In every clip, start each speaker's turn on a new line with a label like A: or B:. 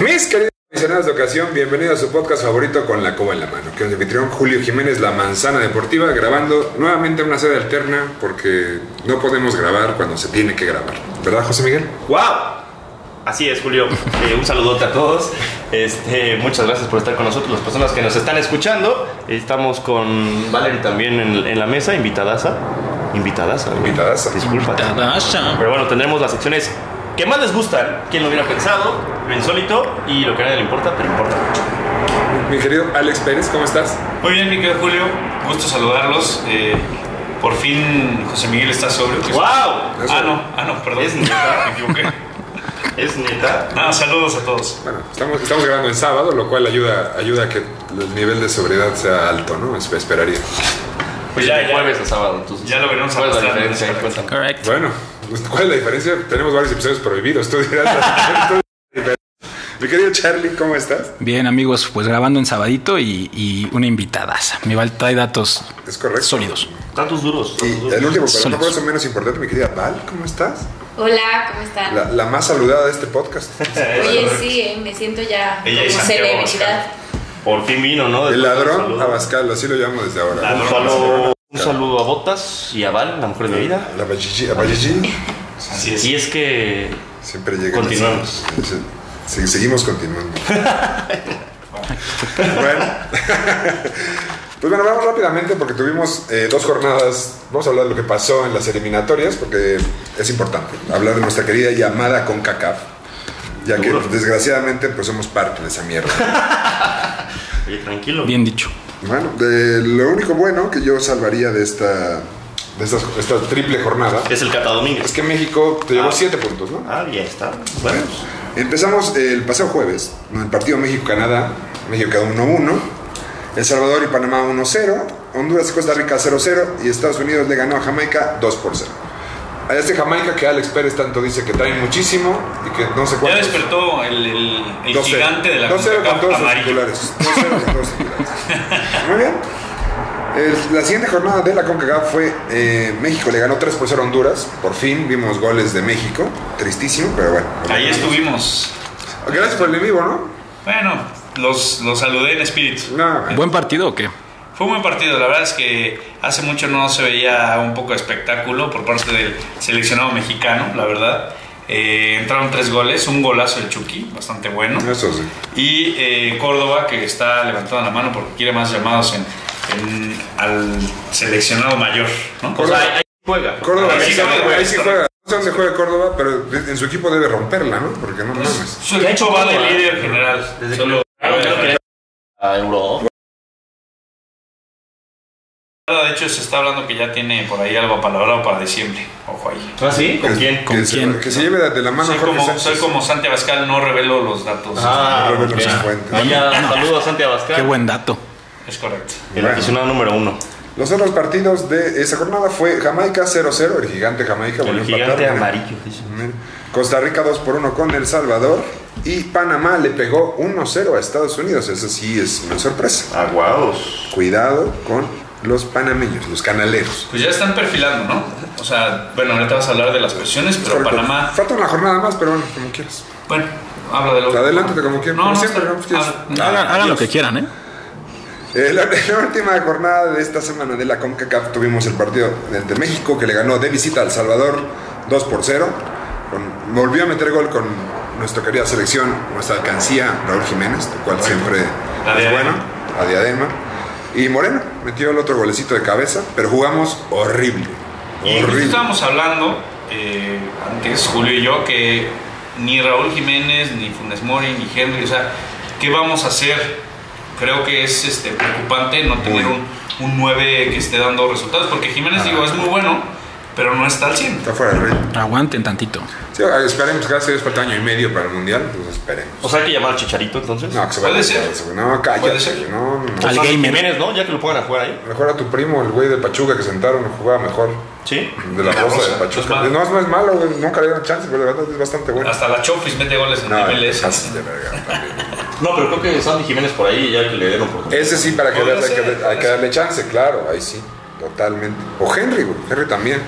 A: Mis queridos aficionados de ocasión, bienvenidos a su podcast favorito con la coba en la mano, que es el anfitrión Julio Jiménez, La Manzana Deportiva, grabando nuevamente una sede alterna porque no podemos grabar cuando se tiene que grabar. ¿Verdad, José Miguel?
B: ¡Wow! Así es, Julio. Eh, un saludote a todos. Este, muchas gracias por estar con nosotros, las personas que nos están escuchando. Estamos con Valerie también en, en la mesa, invitadaza. Invitadaza. güey.
A: Invitadaza.
B: Disculpa.
C: Tadasha.
B: Pero bueno, tendremos las secciones que más les gustan, quién lo hubiera pensado, lo insólito y lo que a nadie le importa, pero importa.
A: Mi querido Alex Pérez, ¿cómo estás?
D: Muy bien, mi querido Julio, gusto saludarlos. Eh, por fin José Miguel está sobrio. que es-
B: ¡Wow!
A: Eso.
D: Ah, no, ah, no, perdón.
B: Es neta.
D: Me equivoqué.
B: Es neta.
D: Nada, saludos a todos.
A: Bueno, estamos, estamos grabando en sábado, lo cual ayuda, ayuda a que el nivel de sobriedad sea alto, ¿no? Espe- Esperaría.
B: Pues
D: Ya,
B: ya,
D: ya.
B: jueves a sábado, entonces.
D: Ya lo veremos
B: ¿Cuál es la
D: arrastrando,
B: diferencia?
D: ¿no?
B: Cuéntame.
C: Correcto.
A: Bueno, ¿cuál es la diferencia? Tenemos varios episodios prohibidos, tú dirás. tú dirás. Mi querido Charlie, ¿cómo estás?
C: Bien, amigos, pues grabando en sabadito y, y una invitada. Mi Val trae datos
A: Es correcto.
C: sólidos.
B: Tantos duros.
A: Y
B: tantos duros.
A: Eh, el último, pero no
C: Solos.
A: por eso menos importante, mi querida Val, ¿cómo estás?
E: Hola, ¿cómo están?
A: La, la más saludada de este podcast.
E: Oye, sí, eh, me siento ya
D: Ella y
E: como
D: Santiago
E: celebridad.
B: Por fin vino, ¿no?
A: El
B: Después de un
A: ladrón
B: saludo.
A: Abascal, así lo llamo desde ahora.
B: Un saludo, un saludo a Botas y a Val, la mujer de mi vida.
A: La Bachichi, la Bachichi
D: Así es.
B: Y es que
A: siempre llega.
B: Continuamos.
A: Sí, sí, seguimos continuando. bueno. Pues bueno, vamos rápidamente porque tuvimos eh, dos jornadas. Vamos a hablar de lo que pasó en las eliminatorias porque es importante hablar de nuestra querida llamada con CACAF. Ya que
B: Seguro.
A: desgraciadamente pues somos parte de esa mierda.
B: Oye, tranquilo.
C: Bien dicho.
A: Bueno, de lo único bueno que yo salvaría de esta, de estas- esta triple jornada
B: Es el Cata
A: es
B: Domínguez.
A: que México te llevó
B: Ah.
A: 7 puntos, ¿no?
B: Ah, ya está. Bueno,
A: Empezamos el pasado jueves con el partido México-Canadá. México quedó 1-1. El Salvador y Panamá 1-0. Honduras y Costa Rica 0-0. Y Estados Unidos le ganó a Jamaica 2-0. A este Jamaica que Alex Pérez tanto dice que trae muchísimo y que no sé
D: Ya
A: cuánto.
D: despertó el, el- el gigante de la
A: 2-0 con
D: CONCACAF
A: todos sus
D: amarillo.
A: titulares. 2-0 con todos sus titulares. Muy bien. El- la siguiente jornada de la CONCACAF fue eh, México le ganó 3 por 0 a Honduras. Por fin vimos goles de México. Tristísimo, pero bueno. Ah,
D: Ahí estuvimos.
A: Gracias por el en vivo, ¿no?
D: Bueno, los, los saludé en espíritu.
A: No, eh, bueno.
C: ¿Buen partido o qué?
D: Fue un buen partido, la verdad es que hace mucho no se veía un poco de espectáculo por parte del seleccionado mexicano, la verdad. Eh, entraron tres goles, un golazo del Chucky, bastante bueno.
A: Eso sí.
D: Y eh, Córdoba, que está levantando la mano porque quiere más llamados en, en- al seleccionado mayor. ¿no?
B: o
A: Córdoba.
B: sea, ahí- ahí juega.
A: Córdoba,
D: Ahí
A: ahí
D: sí
A: sí
D: juega,
A: juega. ahí sí
D: correcto.
A: juega. No sé dónde juega Córdoba, pero en su equipo debe romperla, ¿no? Porque no mames.
D: Su equipo va de líder general.
B: ¿eh? Desde que
D: Solo
B: lo creo que a Europa.
D: de hecho, se está hablando que ya tiene por ahí algo apalabrado para diciembre. Ojo ahí.
B: ¿Ah, sí? ¿Con quién?
C: ¿Con
A: que
C: quién?
A: Se, que se lleve de, de la mano
D: Soy
A: Jorge
D: como,
A: Sánchez.
D: soy como Santi Abascal, no revelo los datos.
B: Ah,
A: Roberto
B: ok.
A: Cifuentes.
B: Allá, saludos a Santi Abascal.
C: Qué buen dato.
D: Es correcto.
B: El
A: Bueno.
B: aficionado número uno.
A: Los otros partidos de esa jornada fue Jamaica 0-0, el gigante Jamaica volvió
B: El
A: a empatar.
B: gigante
A: Mira.
B: amarillo. dice.
A: Mira. Costa Rica 2 por 1 con El Salvador. Y Panamá le pegó 1-0 a Estados Unidos. Eso sí es una sorpresa.
B: Aguados.
A: Cuidado con los panameños, los canaleros.
D: Pues ya están perfilando, ¿no? O sea, bueno, ahorita vas a hablar de las posiciones, pero
A: Correcto.
D: Panamá.
A: Falta una jornada más, pero bueno, como quieras.
D: Bueno, habla de lo
A: Adelántate como quieras.
D: No,
A: como
D: no,
A: siempre,
D: está-
A: ¿no? Pues, ¿quieres?
D: ah,
C: Hagan, hagan lo que quieran, ¿eh?
A: Eh, la, la última jornada de esta semana de la CONCACAF tuvimos el partido de México que le ganó de visita al Salvador 2 por 0. Con- volvió a meter gol con nuestra querida selección, nuestra alcancía, Raúl Jiménez, lo cual siempre
D: La
A: es
D: diadema.
A: bueno, a diadema. Y Moreno metió el otro golecito de cabeza, pero jugamos horrible.
D: Y justo
A: Horrible.
D: estábamos hablando eh, antes, Julio y yo, que ni Raúl Jiménez, ni Funes Mori, ni Henry, o sea, ¿qué vamos a hacer? Creo que es este, preocupante no tener un, un 9 que esté dando resultados, porque Jiménez, digo, es muy bueno, pero no está al 100.
A: Está fuera del ritmo.
C: Aguanten tantito.
A: Sí, ah, esperemos, gracias a Dios falta año y medio para el mundial, pues esperemos.
B: O sea, hay que llamar al Chicharito entonces.
A: No, que se vaya
D: Puede
A: a
D: ser.
A: Chivas, güey. No,
D: Puede
A: cállate,
D: ser.
A: no, no, no.
C: Al
B: Al
C: gamer.
B: Jiménez, ¿no? Ya que lo pongan a jugar ahí.
A: Mejor a tu primo, el güey de Pachuca que sentaron, jugaba mejor.
B: Sí.
A: De la
D: La
A: rosa de
D: Rosa,
A: Pachuca.
D: no
A: No,
D: es
A: no es malo, güey. Nunca le dieron chance, pero la verdad es bastante bueno.
D: Hasta la Chofis mete goles en
A: No, te pasas
D: MLS.
A: de verga también.
B: No, pero creo que Sandy Jiménez por ahí ya que le dieron oportunidad.
A: Ese sí, para que
D: Podría
A: veas, hay que,
D: ser,
A: hay que darle chance, claro, ahí sí, totalmente. O Henry, güey, Henry también.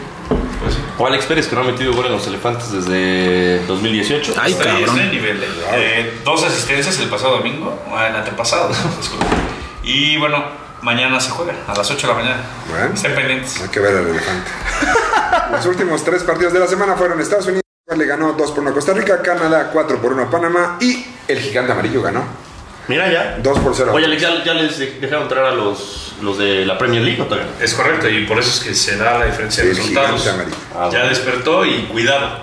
B: O Alex Pérez, que no ha metido gol en los elefantes desde 2018.
C: Ay,
D: Está ahí,
C: cabrón.
D: está en nivel. eh. Eh, dos asistencias el pasado domingo, ah, el antepasado, disculpe. Y bueno, mañana se juega, a las 8 de la mañana.
A: Bueno.
D: Estén pendientes.
A: Hay que ver al elefante. Los últimos tres partidos de la semana fueron Estados Unidos, le ganó 2 por 1 a Costa Rica, Canadá 4 por 1 a Panamá y el gigante amarillo ganó
B: Mira ya.
A: 2 por 0.
B: Oye, Alex, ¿ya, ya les de- dejaron entrar a los, los de la Premier League o todavía no?
F: Es correcto, y por eso es que se da la diferencia de
A: el
F: resultados.
A: gigante amarillo.
B: Ah,
F: Ya
B: bueno.
F: despertó y cuidado,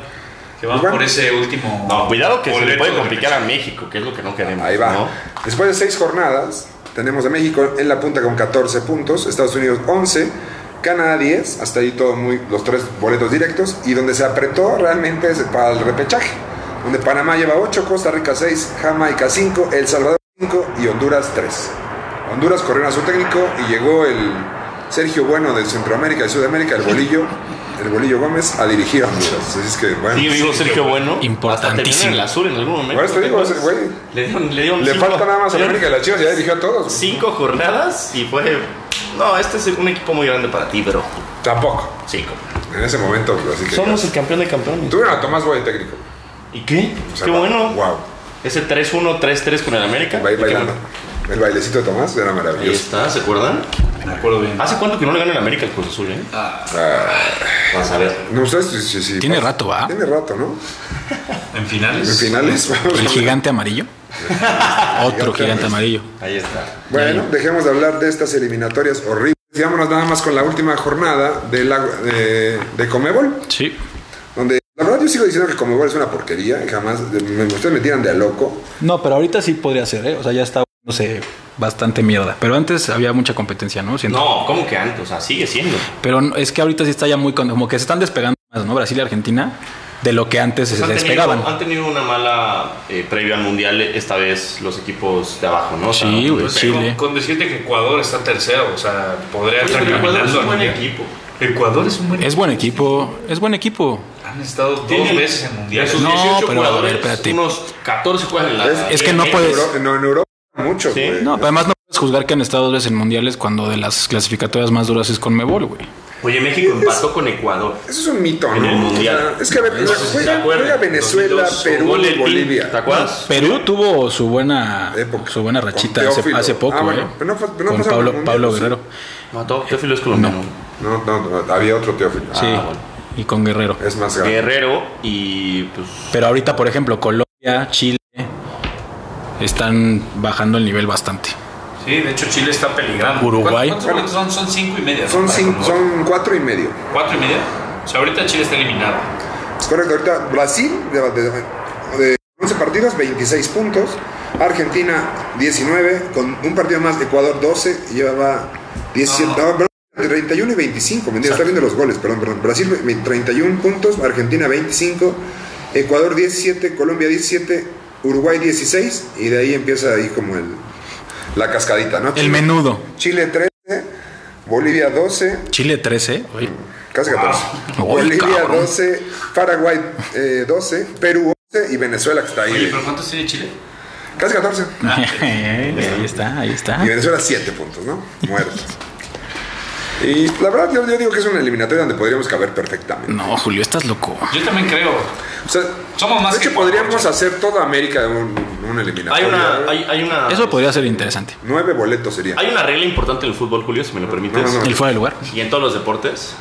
F: que van
A: Pues bueno.
F: por ese último.
B: No, cuidado que se le
F: boleto
B: puede
F: de
B: complicar a México, que es lo que no queremos.
A: Ahí va.
B: ¿no?
A: Después de seis jornadas, tenemos a México en la punta con 14 puntos, Estados Unidos 11, Canadá 10, hasta ahí todo muy, los tres boletos directos, y donde se apretó realmente es para el repechaje, donde Panamá lleva 8, Costa Rica 6, Jamaica 5, El Salvador 5 y Honduras 3. Honduras corrió a su técnico y llegó el Sergio Bueno de Centroamérica y Sudamérica, el bolillo, el bolillo Gómez, a dirigir a Honduras. Así es que, bueno,
B: Sí, digo Sergio Bueno.
C: Importantísimo.
B: hasta terminó en el azul en algún momento.
A: Por eso te digo, ese güey.
B: Le dieron, le dieron
A: le
B: cinco-
A: falta nada más a
B: le dieron
A: América y las Chivas, ya dirigió a todos.
B: Cinco jornadas y fue. No, este es un equipo muy grande para ti, bro.
A: Tampoco.
B: Cinco.
A: En ese momento, así que.
B: Somos el campeón de campeones.
A: Tuvieron a Tomás Boy de técnico.
B: ¿Y qué?
A: O sea,
B: qué
A: va-
B: bueno.
A: Wow.
B: Ese 3-1, 3-3 con el América.
A: Va a ir bailando. El bailecito de Tomás era
B: Ahí
A: maravilloso.
B: está, ¿se acuerdan?
F: repechaje. Me acuerdo bien.
B: ¿Hace cuánto que no le gana el América al Cruz Azul, eh?
C: Ah.
B: Vas a ver.
A: No, ustedes sí, sí, sí,
C: Tiene
A: pasa.
C: rato, ¿va?
A: Tiene rato, ¿no?
F: En finales.
A: En finales. vamos.
C: El gigante amarillo. Otro gigante amarillo.
B: Ahí está.
A: Bueno, dejemos de hablar de estas eliminatorias horribles. Y Vámonos nada más con la última jornada de, la, de, de Comebol.
C: Sí.
A: Donde la verdad yo sigo diciendo que Comebol es una porquería. y Jamás. me- Ustedes me tiran de a loco.
C: No, pero ahorita sí podría ser, ¿eh? O sea, ya está, no sé, bastante mierda. Pero antes había mucha competencia, ¿no? Siento.
B: No, ¿cómo que antes? O sea, sigue siendo.
C: Pero no- es que ahorita sí está ya muy... con- Como que se están despegando más, ¿no? Brasil y Argentina, de lo que antes se
B: han, tenido,
C: despegaban.
B: han tenido una mala eh, previa al mundial esta vez los equipos de abajo, ¿no? O sea,
C: Sí, güey,
F: Pues
C: Chile.
F: con, con decirte que Ecuador está tercero, o sea, podría
B: Oye,
F: estar
B: pero Ecuador
F: caminando
B: es un
F: al
B: buen
F: mundial.
B: equipo. Eh,
F: Ecuador es un buen
C: Es buen equipo, es buen equipo.
F: Han estado dos
B: Tiene-
F: veces en
B: De
F: mundiales.
B: sus
C: No,
B: 18
C: pero a ver,
B: jugadores,
C: espérate.
B: unos 14 juegan en la...
A: Es-
C: Es que no
A: En
C: puedes...
A: Euro- no, en Europa mucho,
B: Sí.
A: güey.
C: Pues, No, pero además no puedes juzgar que han estado dos veces en mundiales cuando de las clasificatorias más duras es con Mebol, güey.
B: Oye, México empató con Ecuador.
A: Eso es un mito, ¿no?
B: En el Mundial.
A: O sea, es que a ver,
B: No sé si se
A: juega,
B: acuerdan.
A: juega Venezuela,
B: 2002,
A: Perú,
B: gol del Pin,
A: Bolivia.
B: ¿Te acuerdas?
C: Perú tuvo su buena
A: Época.
C: su buena rachita
A: Con
C: hace,
A: Teófilo.
C: hace poco,
A: Ah, bueno,
C: ¿eh?
A: pero no fue- pero no
C: con
A: pasaron
C: Pablo,
A: al Mundial,
C: Pablo
A: ¿sí?
C: Guerrero.
B: Mató. Teófilo es colombiano.
A: No, no, no, había otro Teófilo.
C: Sí,
B: bueno.
C: y con Guerrero.
A: Es más grande.
B: Guerrero y pues...
C: Pero ahorita, por ejemplo, Colombia, Chile están bajando el nivel bastante.
F: Sí, de hecho Chile está peligrando.
C: Uruguay.
D: ¿Cuántos boletos son? Son cinco y media. ¿no?
A: Son,
D: Para
A: cinco,
D: Conmebol.
A: son cuatro y medio.
D: ¿Cuatro y media? O sea, ahorita Chile está eliminado.
A: Es correcto, ahorita Brasil de, de, de 11 partidos, 26 puntos. Argentina, 19. Con un partido más, Ecuador, 12. y Llevaba 17.
D: No.
A: no, perdón, 31 y 25. mentira, está viendo los goles, perdón, perdón. Brasil, ve- 31 puntos. Argentina, 25. Ecuador, 17. Colombia, 17. Uruguay, 16. Y de ahí empieza ahí como el, la cascadita, ¿no?
C: El menudo.
A: Chile, 13. Bolivia, 12.
C: Chile 13, güey.
A: Casi 14.
C: Uy,
A: Bolivia
C: cabrón.
A: 12, Paraguay eh, 12, Perú 11 y Venezuela que está ahí.
D: Oye, ¿pero cuántos tiene Chile?
A: Casi 14.
C: ahí está, ahí está.
A: Y Venezuela 7 puntos, ¿no? Muertos. Y la verdad, yo, yo digo que es una eliminatoria donde podríamos caber perfectamente.
C: No, Julio, estás loco.
D: Yo también creo.
A: O sea,
D: Somos más
A: de hecho,
D: que
A: podríamos
D: cuatro.
A: hacer toda América un, una
B: Hay
A: eliminatoria.
B: una... Hay, hay una
C: Eso podría ser interesante.
A: Nueve boletos sería.
B: Hay una regla importante en el fútbol, Julio, si me lo permites.
A: No, no,
C: El fuera de lugar.
B: Y en todos los deportes.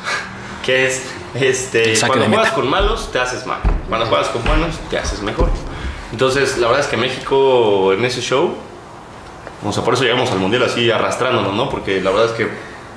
B: Que es, este,
C: El saque
B: cuando
C: de
B: juegas
C: meta.
B: con malos, te haces mal. Cuando juegas con buenos, te haces mejor. Entonces, la verdad es que México en ese show, o sea, por eso llegamos al mundial así arrastrándonos, ¿no? Porque la verdad es que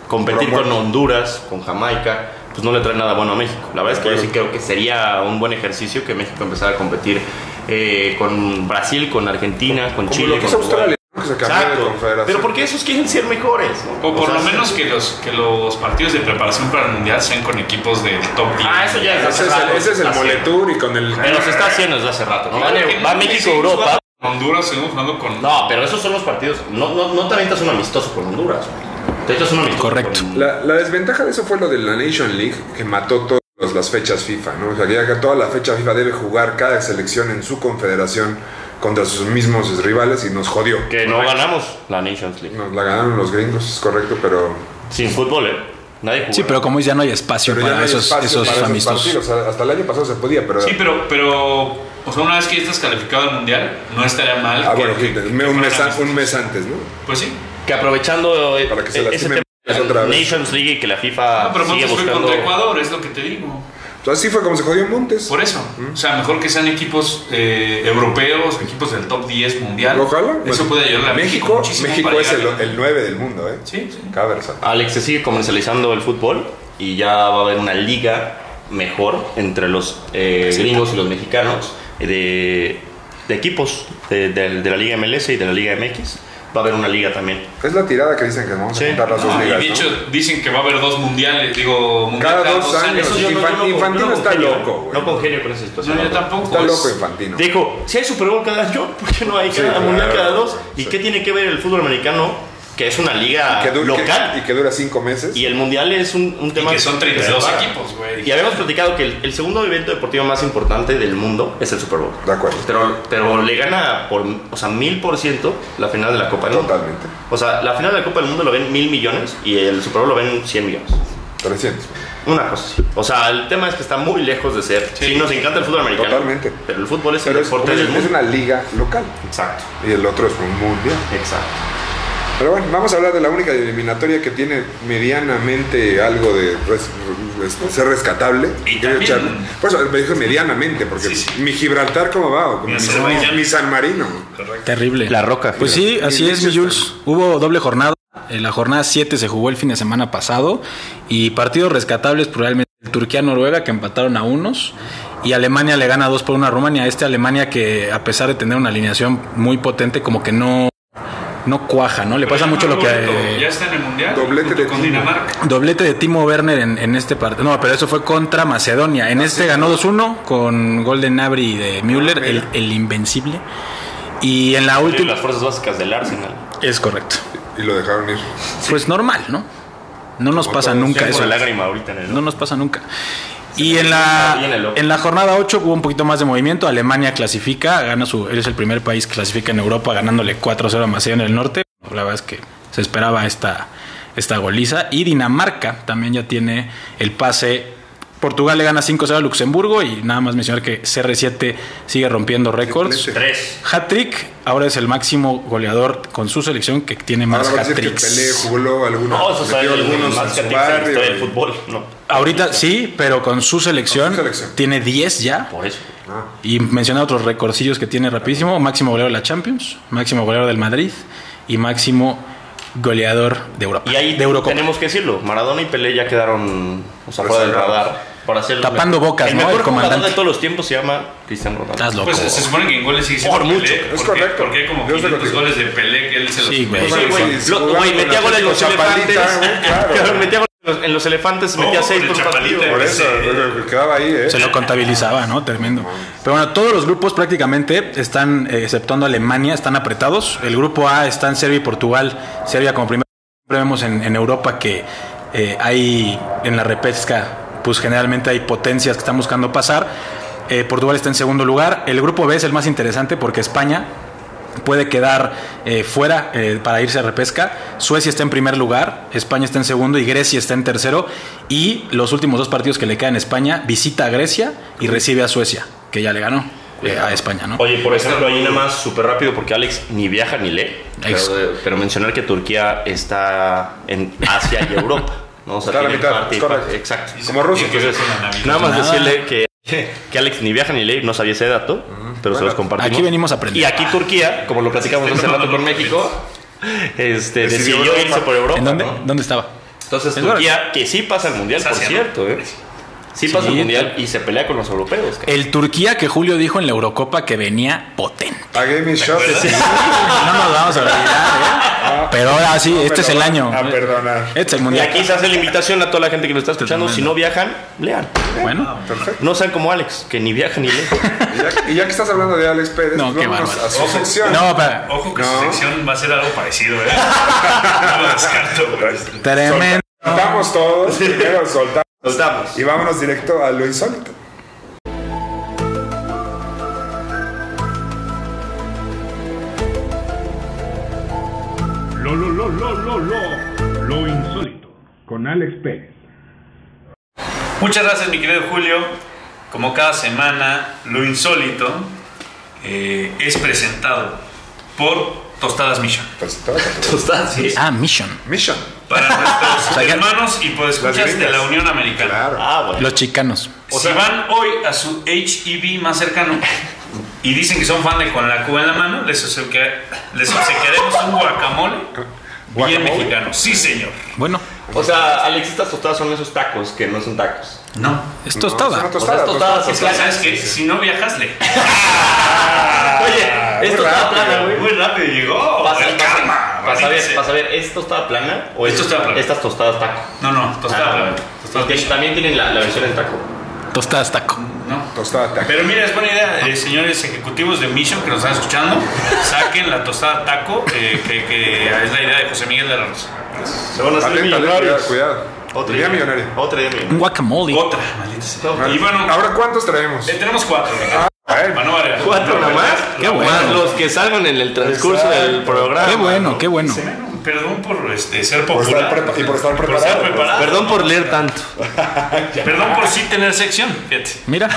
B: competir
A: Promueve.
B: con Honduras, con Jamaica, pues no le trae nada bueno a México. La verdad es que yo sí creo que sería un buen ejercicio que México empezara a competir eh, con Brasil, con Argentina, con
A: Como
B: Chile.
A: lo que
B: con
A: hizo
B: Uruguay.
A: Australia, ¿no? Vamos a cambiar de confederación.
B: Pero porque esos quieren ser mejores. ¿no?
F: O por
B: sea,
F: lo menos que los, que los partidos de preparación para el mundial sean con equipos del top 10.
B: Ah, eso ya
A: Ese es el, ese es el Moletour y con el.
B: Pero se está haciendo desde hace rato, ¿no? Va,
F: Vale,
B: va
F: no,
B: México,
F: seguimos
B: Europa.
F: jugando con Honduras seguimos jugando con.
B: No, pero esos son los partidos. No, no, no te aventas un amistoso con Honduras. güey. Te echas un amistoso.
C: Correcto.
B: con-
A: La, la desventaja de eso fue lo de la Nation League, que mató todas las fechas FIFA, ¿no? O sea, que ya que toda la fecha FIFA debe jugar cada selección en su confederación contra sus mismos rivales y nos jodió.
B: Que no ganamos la Nations League.
A: Nos la ganaron los gringos, es correcto, pero,
B: Sin fútbol, ¿eh? Nadie jugó.
C: Sí, pero como dices, ya no hay espacio
A: pero ya
C: para
A: no hay
C: esos,
A: espacio
C: esos
A: para esos
C: amistosos.
A: partidos. O sea, Hasta el año pasado se podía, pero...
F: Sí, pero, pero. O sea, una vez que ya estás calificado al mundial, no estaría mal.
A: ah,
F: que-
A: bueno, que-
F: que- que
A: un, mes,
F: fueran
A: an- un
F: amistosos.
A: mes antes, ¿no?
F: Pues sí.
B: Que aprovechando eh,
A: Para que se
B: eh, ese
A: lastimen
B: tema de
A: otra
B: la
A: vez.
B: Nations League y que la FIFA
F: Ah, pero
B: sigue
F: Montes fue
B: buscando...
F: contra Ecuador, es lo que te digo.
A: Entonces así fue como se jodió Montes.
F: Por eso. O sea, mejor que sean equipos eh, europeos, equipos del top 10 mundial.
A: Ojalá.
F: Eso puede ayudar a México.
A: México,
F: muchísimo
A: México
F: para
A: es el,
F: llegar a-
A: el 9 del mundo, ¿eh?
F: Sí, sí.
A: Cabe resaltar.
B: Alex se sigue comercializando el fútbol y ya va a haber una liga mejor entre los eh, gringos y los mexicanos de, de equipos de, de- de la Liga MLS y de la Liga MX. Va a haber una liga también.
A: Es la tirada que dicen que vamos
B: Sí.
A: a juntar las
F: No,
A: dos ligas,
F: Ah, y de
A: ¿no?
F: hecho, dicen que va a haber dos mundiales, digo, mundial
A: Cada dos años.
B: Eso yo no-
A: Infan-
B: yo no-
A: Infantino
B: yo no
A: está
B: congenio,
A: loco, güey.
B: No congenio con esa
F: No,
B: situación.
F: yo
B: la verdad.
F: tampoco.
A: Está
F: es-
A: loco Infantino.
B: Dijo, si hay Super Bowl cada año, ¿por qué no hay
A: Sí,
B: cada
A: claro.
B: mundial cada dos? ¿Y
A: Sí.
B: qué tiene que ver el fútbol americano, que es una liga
A: que dura,
B: Ah, local?
A: que- y que dura cinco meses.
B: Y el mundial es un, un
F: Y
B: tema
F: que son 32
B: separa.
F: equipos, güey.
B: Y habíamos platicado que el, el segundo evento deportivo más importante del mundo es el Super Bowl.
A: De acuerdo.
B: Pero, pero le gana por, o sea, mil por ciento la final de la Copa del Mundo.
A: Totalmente.
B: O sea, la final de la Copa del Mundo lo ven mil millones y el Super Bowl lo ven 100 millones.
A: 300.
B: Una cosa así. O sea, el tema es que está muy lejos de ser. Sí, nos encanta el fútbol americano.
A: Totalmente.
B: Pero el fútbol es
A: Pero
B: el
A: es,
B: deporte
A: es-
B: del
A: es
B: mundo.
A: una liga local.
B: Exacto,
A: Y el otro es un mundial.
B: exacto.
A: Pero bueno, vamos a hablar de la única eliminatoria que tiene medianamente algo de, res- res- de ser rescatable.
F: Y
A: Creo
F: también-
A: echarle- Por eso me dijo medianamente, porque
F: Sí, sí.
A: mi Gibraltar, ¿cómo va? O como
F: Mi
A: mi,
F: Azerbaiyán.
A: mi San Marino.
C: Terrible.
B: La roca.
C: Pues sí, así
A: Y
C: es, mi
A: Liechtenstein.
C: Jules. Hubo doble jornada. En la jornada 7 se jugó el fin de semana pasado y partidos rescatables probablemente Turquía-Noruega que empataron a unos y Alemania le gana 2 por 1 a Rumania. Este Alemania que a pesar de tener una alineación muy potente como que no, no cuaja, ¿no? Le pasa mucho lo que... eh,
F: Ya está en el mundial.
A: Doblete
F: junto
A: de
F: con
A: Timo.
F: Dinamarca.
C: Doblete de Timo Werner en, en este partido. No, pero eso fue contra Macedonia. En este ganó 2-1 con gol de Nabri y de Müller, el, el invencible. Y en la
B: Últimas
C: última...
B: las fuerzas básicas del Arsenal.
C: Es correcto.
A: Y lo dejaron ir.
C: Pues normal, ¿no? No nos pasa
A: todos,
C: nunca
B: Tengo
C: eso.
B: una lágrima ahorita en el
C: No nos pasa nunca. Y en la, en la jornada 8 hubo un poquito más de movimiento. Alemania clasifica, gana su, él es el primer país que clasifica en Europa ganándole 4-0 a Macedonia del Norte. La verdad es que se esperaba esta, esta goliza. Y Dinamarca también ya tiene el pase. Portugal le gana 5-0 a Luxemburgo y nada más mencionar que CR7 sigue rompiendo récords.
A: Triplete.
B: Tres.
C: Hat-trick ahora es el máximo goleador con su selección que tiene más
A: Ahora va a decir que
C: hat-tricks.
A: Pelé jugó algunos,
B: No, eso es
A: metió
B: Ah, algunos más
A: en
B: que
A: su
B: la
A: barrio.
B: historia del fútbol. No,
C: Ahorita sí, pero con su selección,
A: Con su selección.
C: tiene 10 ya.
B: por eso.
C: Y menciona otros recorcillos que tiene rapidísimo. Máximo goleador de la Champions, máximo goleador del Madrid y máximo goleador de Europa.
B: Y ahí
C: de Eurocopa.
B: tenemos que decirlo, Maradona y Pelé ya quedaron o sea, fuera del
A: Rezagados.
B: radar para hacer
C: Tapando bocas,
B: el
C: ¿no?
B: Mejor
C: El
B: jugador
C: comandante.
B: de todos los tiempos se llama Cristiano Ronaldo.
C: Estás loco.
F: Pues se supone que en goles sigue siendo
B: Por
F: Pelé,
B: mucho.
F: porque-
A: Es correcto.
F: Porque hay como
A: Yo estoy
F: 500
A: contigo.
F: goles de Pelé que él se los...
C: Sí, güey.
A: O sea,
B: Sí, güey.
A: güey,
B: Lo-
A: jugaba
B: güey,
A: con
B: metía
A: el
B: goles en los
A: Atlético
B: elefantes.
A: Zapalita, güey, claro.
B: Cabrón, metía goles en los- en los elefantes, metía
F: Ojo,
B: seis
F: el
B: por partido.
F: Chapalita,
A: Por eso, quedaba ahí, ¿eh?
C: Se lo contabilizaba, ¿no? Tremendo. Pero bueno, todos los grupos prácticamente están, eh, exceptuando Alemania, están apretados. El grupo A están Serbia y Portugal. Serbia como primero. Siempre vemos en, en Europa que eh, hay en la repesca, pues generalmente hay potencias que están buscando pasar. Eh, Portugal está en segundo lugar. El grupo B es el más interesante porque España puede quedar eh, fuera eh, para irse a repesca. Suecia está en primer lugar, España está en segundo y Grecia está en tercero. Y los últimos dos partidos que le quedan a España, visita a Grecia y recibe a Suecia, que ya le ganó eh, a España, ¿no?
B: Oye, por ejemplo, ahí nada más súper rápido porque Alex ni viaja ni lee. Pero,
C: Ex-
B: eh, pero mencionar que Turquía está en Asia y Europa. ¿no? O sea,
A: Está a la
B: tiene
A: mitad,
B: parte y
A: es correcto.
B: parte- Exacto.
A: Como Rusia.
B: Entonces,
F: Con la Navidad.
B: nada más
C: Nada.
B: decirle que, que Alex ni viaja ni lee, no sabía ese dato, pero se los compartimos.
C: Aquí venimos a aprender.
B: Y aquí Turquía, como lo platicamos hace rato con México, este,
A: Decidió
B: decidió
A: Europa.
B: irse por Europa.
C: ¿En dónde?
B: ¿no?
C: ¿Dónde estaba?
B: Entonces
C: Es
B: Turquía, que sí pasa al mundial,
F: Es
B: por
F: Asia, ¿no?
B: cierto, ¿eh? Sí pasa al
C: Sí.
B: mundial y se pelea con los europeos. cabrón.
C: El Turquía que Julio dijo en la Eurocopa que venía potente.
A: Pagué mis shots.
C: No nos vamos a olvidar,
A: Ah,
C: ¿eh? Pero ahora sí, este es el año.
A: A perdonar.
C: Este es el
B: Y
C: mundial.
B: aquí se hace la invitación a toda la gente que nos está escuchando. Si no viajan, lean.
C: Bueno,
A: Perfecto.
B: No sean como Alex, que ni viaja ni lee.
A: Y ya, y ya que estás hablando de Alex Pérez,
C: No, qué
A: vámonos
C: bárbaro.
A: a su sección.
C: no, pero
D: Ojo que su
A: No.
D: sección va a ser algo parecido, ¿eh? No lo descarto, güey.
F: pues.
C: tremendo.
A: Soltamos todos, primero soltamos
B: Nos damos.
A: y vámonos directo a lo insólito.
G: Lo, lo, lo, lo, lo, lo, lo insólito. Con Alex Pérez.
D: Muchas gracias, mi querido Julio. Como cada semana, lo insólito eh, es presentado por Tostadas Mission.
A: Pues, todos a tu-
C: Ah, Mission.
A: Mission.
D: Para nuestros hermanos y
A: Las
D: podescuchas
A: gringas.
D: de la Unión Americana.
A: Claro.
B: Ah, bueno.
C: Los chicanos.
D: O si van hoy a su HEB más cercano y dicen que son fan de con la cuba en la mano, les, obsequia- les obsequiaremos un guacamole,
A: Guacamole.
D: bien mexicano. Sí, señor.
C: Bueno,
B: O sea, Alex, estas tostadas son esos tacos que no son tacos.
D: No.
C: es
A: No, son
C: tostada.
A: tostadas,
B: O sea, tostadas.
D: Pues Es que, ¿sabes qué? Si no viajas, le.
B: Oye, ¿esto
A: muy
B: estaba
A: rápido,
B: plana, güey?
D: Muy rápido llegó.
B: Pasa,
D: el
B: pasa,
D: karma,
B: pasa a ver,
D: maldita
B: pasa a ver, ¿esto estaba plana o
D: Esto
B: es-
D: estaba plana.
B: estas tostadas taco?
D: sea. No, no, tostada.
B: Ah,
D: plana. Tostada
B: Porque
D: plana.
B: también tienen la, la versión en taco.
C: Tostadas taco.
D: No.
A: Tostada taco.
D: Pero mira, es buena idea, eh, señores ejecutivos de Mission que nos están escuchando, saquen la tostada taco, eh, que, que es la idea de José Miguel de la Rosa.
B: Se van a hacer
A: Atenta,
B: millonarios.
A: cuidado, cuidado.
B: Otro
A: Día millonario.
B: Otro día
C: Un
B: millonario.
C: guacamole.
D: Otra, maldita sea. Y bueno,
A: Ahora, ¿cuántos traemos?
D: eh, tenemos cuatro.
A: Ah,
D: ¿no?
A: bueno.
D: Para no variar.
B: Cuatro
D: No,
B: nomás.
D: ¿verdad?
C: Qué
D: No,
C: bueno.
B: Más los que salgan en el transcurso del programa.
C: Qué bueno, qué bueno.
D: Se me- Perdón por este, ser
A: Por estar
D: popular.
A: prepa- y por estar
D: Por estar
A: preparado. pues.
D: preparado.
B: Perdón por leer tanto.
D: Perdón por sí tener sección. Fíjate.
C: Mira,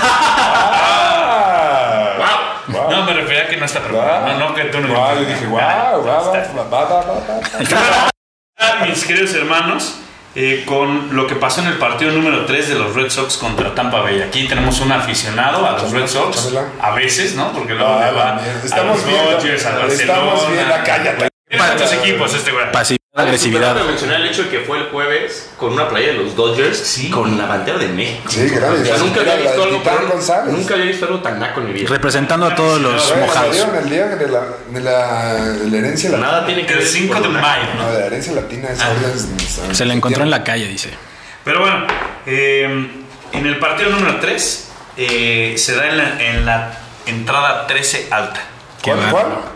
A: Ah,
D: No, me refería a que no está preparado. No, no, que tú no.
A: guau, yo dije, wow, va, va, va, va, va, va, va.
D: Ah, mis queridos hermanos, eh, con lo que pasó en el partido número 3 de los Red Sox contra Tampa Bay. Aquí tenemos un aficionado a los Red Sox,
A: Chámela.
D: a veces, ¿no? Porque luego
A: Ah,
D: le va
A: la mierda.
D: a los
A: Estamos viendo.
D: Dodgers, a Barcelona.
A: Estamos viendo. Ah, Cállate.
D: Tiene muchos equipos este güey.
C: pasividad,
B: Ah,
C: agresividad.
B: Perdón por mencionar el hecho de que fue el jueves con una playa de los Dodgers con la bandera de México.
A: Sí, grande.
B: O sea, nunca había visto algo
A: tan
B: tan,
A: González.
B: nunca había visto algo tan naco en mi vida.
C: Representando a todos los
A: Bueno,
C: mojados.
A: salieron el día de la, de la, de la herencia latina.
B: Nada tiene que
D: El
B: ver
D: 5
B: con
D: de
B: lo naco.
D: mayo. ¿no?
A: No, de la herencia latina. Esa orden es-
C: Ah. Se la encontró en la calle, dice.
D: Pero bueno, eh, en el partido número 3 se da en la, en la entrada 13 alta,
C: Qué
A: ¿Cuál?
C: bárbaro.
A: cuál?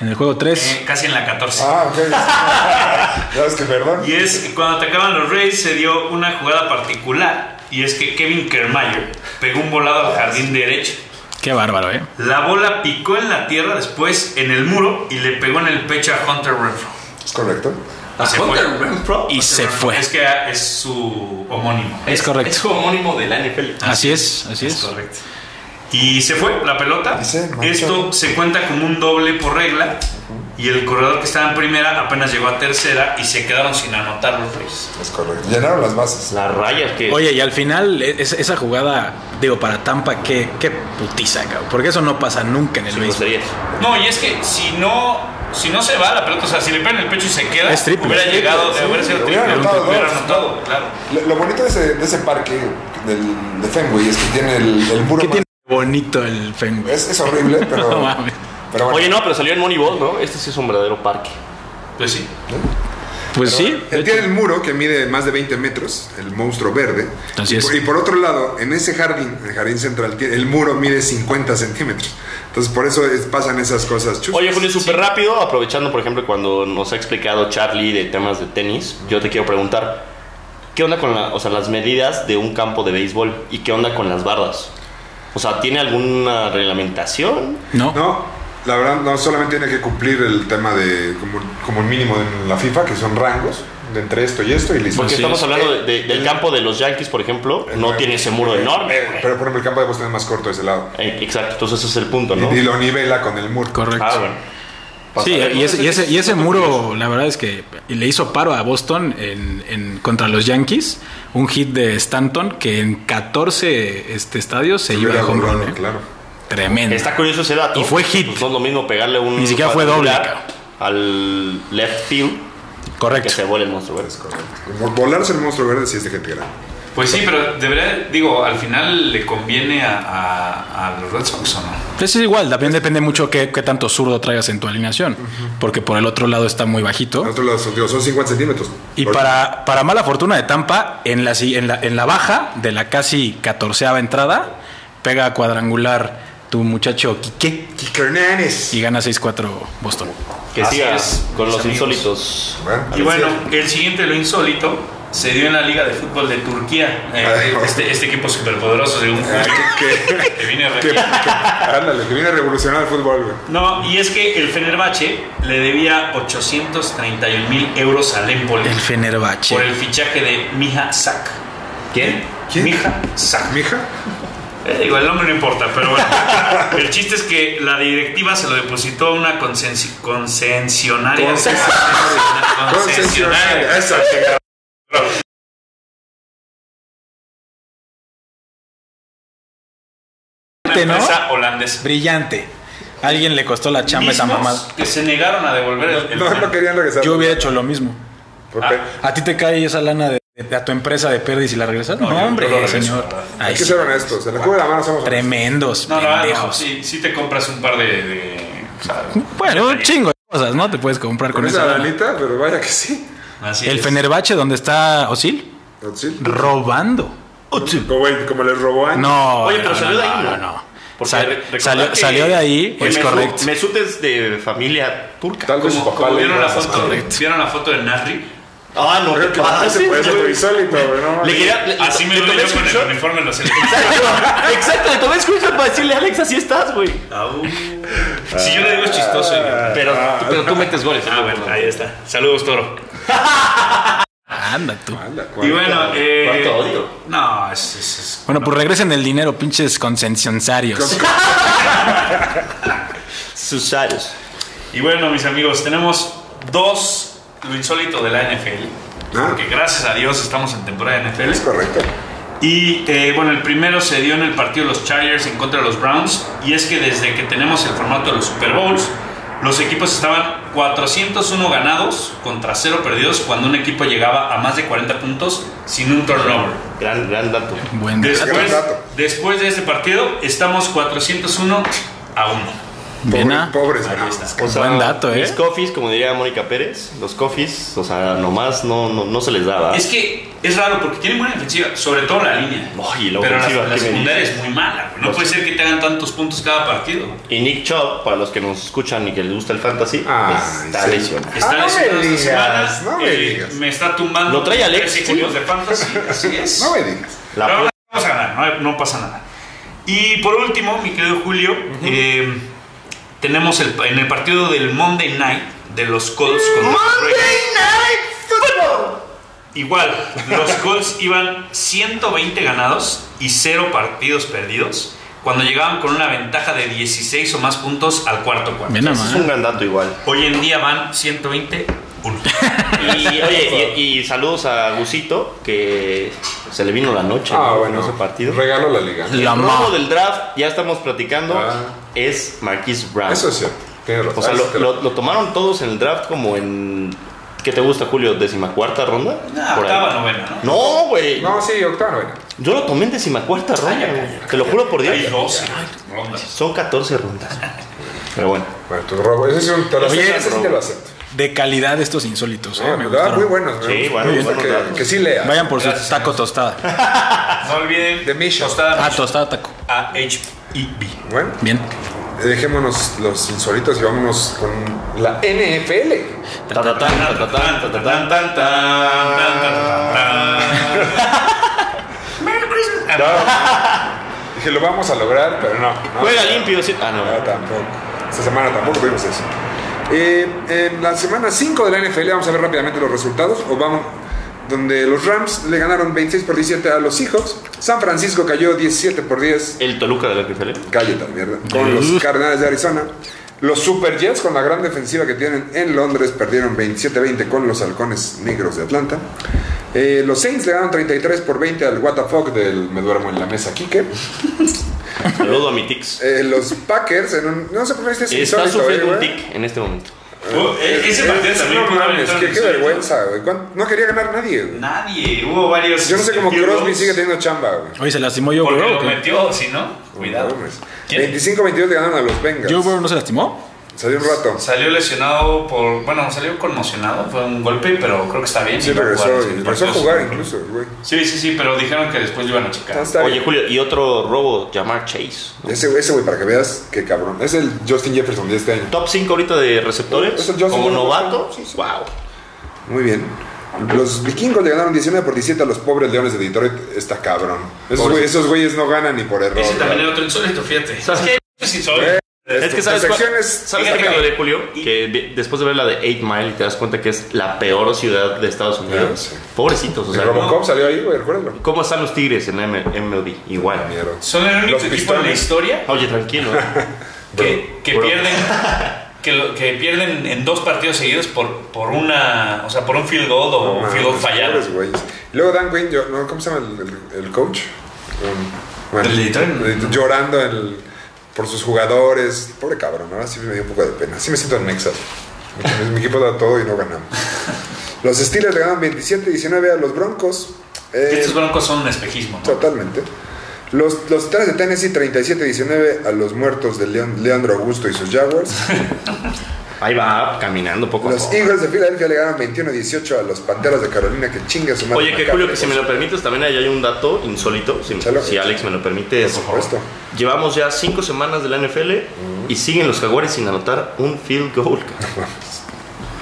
C: En el juego 3.
D: eh, casi en la 14.
A: Ah, ok. Ya es que perdón.
D: Y es que cuando atacaban los Rays se dio una jugada particular y es que Kevin Kiermaier pegó un volado al jardín derecho.
C: Qué bárbaro, ¿eh?
D: La bola picó en la tierra, después en el muro y le pegó en el pecho a Hunter Renfro.
A: Es correcto.
B: Ah,
D: Y se fue.
C: Y se fue.
D: Es que es su homónimo.
C: Es
B: Es
C: correcto.
B: como homónimo de la NFL.
C: Así es, así es.
D: Correcto. Y se fue la pelota.
A: Y se marchó.
D: Esto se cuenta como un doble por regla. Y el corredor que estaba en primera apenas llegó a tercera y se quedaron sin anotar los Rays.
A: Es correcto. Llenaron las bases.
B: Las rayas que.
C: Oye, y al final, e- es- esa jugada, digo, para Tampa, qué, qué putiza, cabrón. Porque eso no pasa nunca en el
B: Sin
C: béisbol.
B: groserías.
D: No, y es que si no, si no se va la pelota, o sea, si le pegan el pecho y se queda,
C: Es triple.
D: hubiera llegado, hubiera sido
A: hubiera
D: triple,
A: anotado
D: hubiera
A: dos.
D: anotado, claro.
A: Lo, lo bonito de ese, de ese parque del, de Fenway es que tiene el, el muro.
C: ¿Qué
A: más-
C: tiene bonito el Fenway?
A: Es, es horrible, pero.
C: No mames.
A: pero bueno.
B: Oye, no, pero salió en Moneyball, ¿no? Este sí es un verdadero parque.
D: Pues sí.
C: Pues sí.
A: Él tiene el muro que mide más de 20 metros, el monstruo verde.
C: Así
A: y,
C: es.
A: Por, y por otro lado, en ese jardín, el jardín central, tiene- el muro mide 50 centímetros. Entonces, por eso es- pasan esas cosas chusas.
B: Oye, Julio, súper rápido, aprovechando, por ejemplo, cuando nos ha explicado Charlie de temas de tenis, yo te quiero preguntar, ¿qué onda con la- o sea, las medidas de un campo de béisbol y qué onda con las bardas? O sea, ¿tiene alguna reglamentación?
C: No.
A: No, la verdad, no solamente tiene que cumplir el tema de como, como el mínimo en la FIFA, que son rangos, de entre esto y esto, y listo.
B: Porque
C: Así
B: estamos
C: es.
B: hablando de- de- del campo de los Yankees, por ejemplo, no tiene ese muro enorme.
A: Eh, Pero por ejemplo, el campo de Boston es más corto de ese lado.
B: Eh, Exacto, entonces ese es el punto, ¿no?
A: Y, y lo nivela con el muro.
C: Correcto.
B: Ah, bueno.
C: Sí,
B: Pasa-
C: y ese, y ese- y ese muro, la verdad es que le hizo paro a Boston en, en- contra los Yankees. Un hit de Stanton que en 14 este, estadios se iba
A: Hubiera
C: de home run.
A: volado,
C: ¿eh?
A: claro.
C: Tremendo.
B: Está curioso ese dato.
C: Y fue hit.
B: Pues no es lo mismo pegarle un.
C: Ni siquiera fue doble,
B: cuadrangular Al left field que
C: Correcto.
B: se vuele el monstruo verde.
A: Volarse el monstruo verde sí es de gente grande.
D: Pues sí, pero debería, digo, al final le conviene a, a- a los Red Sox o no.
C: Pues es igual, también depende mucho qué, qué tanto zurdo traigas en tu alineación, porque por el otro lado está muy bajito.
A: Al otro lado, digo, son 50 centímetros.
C: Y
A: Por-
C: para, para mala fortuna de Tampa, en la, si- en, la, en la baja de la casi catorceava entrada, pega a cuadrangular tu muchacho Quique
A: Kike Hernández.
C: y gana 6-4 Boston.
B: Que
D: Así
B: sigas
D: es,
B: con
D: mis
B: los
D: amigos.
B: insólitos.
D: Y bueno, el siguiente, lo insólito, se dio en la Liga de Fútbol de Turquía. Eh,
A: Ay,
D: este, este equipo superpoderoso, según
A: que,
D: que viene
A: que- que-
D: regido.
A: ándale, que viene a revolucionar el fútbol, güey.
D: No, y es que el Fenerbahce le debía 831 mil euros al Empoli
C: El Fenerbahce.
D: por el fichaje de Mija Sak.
B: ¿Quién?
A: ¿Quién?
D: Mija Sak.
A: ¿Mija?
D: Eh, digo, el nombre no importa, pero bueno. el chiste es que la directiva se lo depositó a una consensi- concesionaria. Una
A: Concesionaria.
D: concesionaria.
A: Esa, chingada.
D: Una
C: ¿no?
D: empresa holandesa.
C: Brillante. Alguien le costó la chamba a esa
D: Mismos
C: mamada.
D: Que se negaron a devolver el. el-
A: No, no querían regresar.
C: Yo hubiera hecho lo mismo.
A: ¿Por qué?
C: ¿A ti te cae esa lana de, de- a tu empresa de pérdida y si la regresas? No,
D: yo- yo
C: hombre,
D: lo regreso,
C: señor.
D: la verdad.
C: Ay,
A: Hay que
C: sí.
A: ser honestos. En la cueva de la mano somos honestos.
C: Tremendos
D: No, no, no,
C: pendejos.
D: sí, sí te compras un par de. de- o sea,
C: Bueno, un chingo de cosas, ¿no? Te puedes comprar con,
A: Con
C: esa
A: esa
C: lana.
A: lanita, pero vaya que sí.
D: así
C: El
D: es.
C: Fenerbahce, donde está Osil,
A: Sí.
C: robando. Osil.
A: Como, el- como les robó a
C: No,
B: Oye, pero
C: no,
B: salió
C: no,
B: de ahí,
C: No,
B: ¿no?
C: no.
B: Porque
C: Sal-
B: re- recordar
C: salió,
B: que-
C: salió de ahí,
B: que
C: es
B: Mesut-
C: correcto.
B: Mesut es de familia turca.
A: Tal vez su
D: Como,
A: papá
D: como
A: le
D: vieron,
A: iba
D: la
A: a hacer
D: foto,
A: correcto.
D: vieron la foto de Narri.
B: Ah, no,
A: Creo
B: ¿qué
A: que no
B: pasa?
A: se puede ser muy insólito, güey. No,
B: Le
A: mames.
B: quería. le-
D: Así me
B: le
D: lo
B: tomé
D: yo con el
B: screenshot.
D: uniforme de los
B: Exacto, exacto, le tomé screenshot para decirle, Alex, así estás, güey.
D: Si yo le digo es chistoso. yo-
B: Pero, pero tú metes goles.
D: Ah, bueno, ahí está. Saludos, Toro.
C: Anda tú.
A: Anda,
D: Y
A: cuánto-
D: bueno, eh.
B: ¿Cuánto odio?
D: No, es. es- es-
C: Bueno, pues regresen el dinero, pinches concesionarios.
B: Susarios.
D: Y bueno, mis amigos, tenemos dos lo insólito de la NFL.
A: Ah.
D: Porque gracias a Dios estamos en temporada de
A: Es
D: NFL.
A: correcto.
D: Y eh, bueno, el primero se dio en el partido de los Chargers en contra de los Browns. Y es que desde que tenemos el formato de los Super Bowls, los equipos estaban 401 ganados contra 0 perdidos cuando un equipo llegaba a más de 40 puntos sin un turnover.
B: Gran, gran dato.
C: Buen
A: Gran
D: Después,
A: dato.
D: después de este partido, estamos 401 a 1.
C: Vena.
A: Pobres,
D: Ahí
A: pobres.
D: está.
B: O sea,
C: Buen dato, ¿eh?
B: Mis coffees, como diría Mónica Pérez, los coffees, o sea, nomás no, no, no se les daba.
D: Es que es raro porque tienen buena defensiva, sobre todo la línea.
B: Ay, y la
D: Pero la,
B: ofensiva,
D: la
B: ¿qué me
D: secundaria
B: dices?
D: es muy mala. güey. No
B: Los-
D: puede ser que te hagan tantos puntos cada partido.
B: Y Nick Chubb, para los que nos escuchan y que les gusta el fantasy, pues,
A: Ay,
B: está
A: sí.
B: lesionado.
D: Está
A: Ah, no
D: lesionado
A: me
D: esta
A: digas, no me
D: eh,
A: digas.
D: me está tumbando.
B: Lo trae Alex,
D: trece
B: sí.
D: kilos de fantasy. Así es.
A: No me digas.
B: La
D: Pero
B: pu-
D: ahora vamos a ganar, no, no pasa nada. Y por último, mi querido Julio, eh, tenemos el- en el partido del Monday Night de los Colts con los Ravens. Igual, los Colts iban 120 ganados y 0 partidos perdidos cuando llegaban con una ventaja de 16 o más puntos al cuarto cuarto.
C: Ven
B: Ese es un
C: nomás.
B: gran dato igual.
D: Hoy en día van 120 1.
B: Y, oye, y, y saludos a Gusito, que se le vino la noche
A: Ah,
B: ¿no?
A: bueno.
B: en ese partido.
A: Regalo la liga.
B: El
C: La
B: robo
C: ma-
B: del draft, ya estamos platicando,
A: Ah.
B: es Marquis Brown.
A: Eso es cierto. Tienes razón.
B: Ah. O sea,
A: Ahí sí
B: lo,
A: te
B: lo- lo tomaron todos en el draft como en... ¿Qué te gusta, Julio? ¿Decimacuarta ronda?
D: Nah,
B: Por ahí.
D: octava, novena, ¿no?
B: Ah, No, güey.
A: No, sí, octava novena.
B: Yo lo tomé en decimacuarta ronda. güey. Te lo juro por Dios.
D: Hay 12 rondas.
B: Son 14 rondas. Pero bueno.
A: Bueno, tu robo. Ese es un te lo
B: Oye,
A: acepto, ese sí
B: robo.
A: te lo acepto.
C: De calidad estos insólitos. eh,
A: No,
C: me
A: en Oh, verdad,
C: gustaron.
A: muy buenos. me
B: Sí,
A: gusta.
B: bueno,
A: Me gusta
B: buenos
A: que-
B: datos.
A: Que sí lea.
C: Vayan por su taco tostada.
D: No olviden
A: The Mission.
D: tostada
C: Ah, tostada taco.
D: a HEB.
A: Bueno, eh,
C: Bien.
A: dejémonos los insolitos y vámonos con la NFL.
B: Ta, ta, tan, ta, ta, tan, ta, ta, tan, tan, tan.
A: Dije, lo vamos a lograr, pero no. no.
B: Juega limpio. sí. Ah,
A: No,
B: no.
A: tampoco. Esta semana tampoco tuvimos eso. Eh, en la semana 5 de la NFL vamos a ver rápidamente los resultados. O vamos, donde los Rams le ganaron 26 por 17 a los Seahawks. San Francisco cayó 17 por 10.
B: El Toluca de la NFL.
A: Cállate, mierda. Con los Cardenales de Arizona. Los Super Jets, con la gran defensiva que tienen en Londres, perdieron 27-20 con los Halcones Negros de Atlanta. Eh, los Saints le ganaron 33 por 20 al WTF del Me Duermo en la Mesa Quique.
B: Saludo a mi Tix.
A: Eh, los Packers, en un, no sé por qué este es
B: Está
A: insólito, eh,
B: sufriendo un
A: güey.
B: tic en este momento.
D: Oh, e- ese
A: Es-
D: partido
A: eh, es-
D: también
A: No
D: pudo haber
A: mames,
D: entrado
A: qué,
D: en
A: qué
D: el
A: vergüenza, güey. ¿Cuán- No quería ganar nadie, güey.
F: Nadie, hubo varios.
A: Yo no sé cómo
F: field
A: Crosby
F: goals,
A: sigue teniendo chamba, güey.
C: Oye, se lastimó Joe
F: Porque
C: Burrow.
F: lo
C: ¿o qué?
F: metió, si no, cuidado.
A: No mames.
F: ¿Quién?
A: 25-22 le ganaron a los Bengals.
C: Joe Burrow no se lastimó.
A: Salió un rato.
F: Salió lesionado por. Bueno, salió conmocionado, fue un golpe, pero creo que está bien.
A: Sí,
F: va a
A: regresó.
F: jugar
D: este
F: los
A: y
F: siguientes
A: Regresó a
F: partidos.
A: jugar incluso, güey.
F: Sí, sí, sí, pero dijeron que después lo iban a checar.
A: Ah, está
B: Oye,
A: bien.
B: Julio, y otro robo, llamar Chase.
A: Ese güey, ese güey, para que veas, qué cabrón. Es el Justin Jefferson de este año.
B: Top 5 ahorita de receptores
A: Es el Justin
B: como
A: Jefferson.
B: novato.
A: Sí, sí.
B: Wow.
A: Muy bien. Los vikingos le ganaron 19 por 17 a los pobres leones de Detroit. Está cabrón. Esos, güey- esos güeyes no ganan ni por error.
D: Ese también
A: güey.
D: era otro insólito, fíjate.
B: ¿Sabes qué?
D: Es insólito.
A: Eh,
B: Es que
A: tus
B: sabes, cuál-
A: secciones-
B: ¿sabes qué me
D: Fíjate que-
B: acordé, Julio, que vi- después de ver la de 8 Mile te das cuenta que es la peor ciudad de Estados Unidos.
A: Ya, Ah, sí.
B: Pobrecitos, o
A: El
B: sea,
A: Robocop
B: ¿no?
A: salió ahí, güey, recuérdalo.
B: ¿cómo están los Tigres en M- MLB? Igual.
A: Mierda.
D: Son el único
A: Los
D: equipo en la
A: Pistones.
D: historia
B: Oye, tranquilo. ¿eh?
D: que, que
B: Bro.
D: pierden. Que, lo- que pierden en dos partidos seguidos por, por una o sea por un field goal o un
A: Ah,
D: field goal
A: los
D: fallado
A: pobres güeyes. Luego Dan Quinn, yo- no, ¿cómo se llama el, el- el coach? Um, bueno,
F: ¿Del Detroit?
A: de- Llorando el- por sus jugadores. Pobre cabrón, ahora sí me dio un poco de pena. Sí me siento en Mexas. Entonces, Mi equipo da todo y no ganamos. Los Steelers le ganan 27-19 a los Broncos. Eh,
D: estos broncos son un espejismo ¿no?
A: Totalmente. Los, los Titanes de Tennessee 37-19 a los muertos de Leon- Leandro Augusto y sus Jaguars.
B: Ahí va caminando poco a
A: Los
B: poco.
A: Eagles de Filadelfia le ganan 21-18 a los Panteras de Carolina que chinga su madre.
B: Oye, que
A: McCaffrey,
B: Julio, que si
A: por
B: me lo permites, también ahí hay un dato insólito, si,
A: Chalo.
B: si Alex me lo permite. es-
A: supuesto.
B: Llevamos ya cinco semanas de la NFL
A: Mm.
B: y siguen los jaguares sin anotar un field goal. cabrón.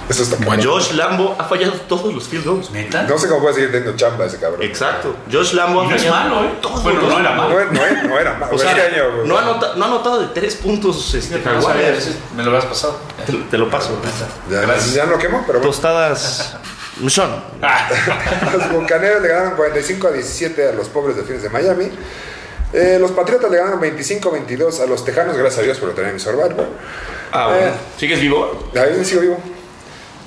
A: Eso está cabrón.
B: Josh Lambo ha fallado todos los field goals.
D: neta
A: No sé cómo puede seguir teniendo chamba ese cabrón.
B: Exacto. Josh Lambo ha
D: no es
B: fallado
D: malo eh
B: todos
D: bueno
B: los-
D: no era malo
A: No, no, era- no era malo.
B: O sea,
A: este año, güey.
B: no, ha anota- no ha anotado de tres puntos este,
F: No
B: Jaguares.
F: sabía, ese- me lo habías pasado.
B: Te, te lo paso.
A: ya, ya no quemó, pero bueno.
B: Tostadas. Son.
A: Ah.
D: Ah.
A: Los Bucaneros le ganaron 45 a 17 a los pobres delfines de Miami. Eh, los Patriotas le ganaron 25 a 22 a los Tejanos, gracias a Dios por tener mi survivor.
B: Ah,
A: bueno.
B: ¿Sigues vivo?
A: Ahí sigo vivo.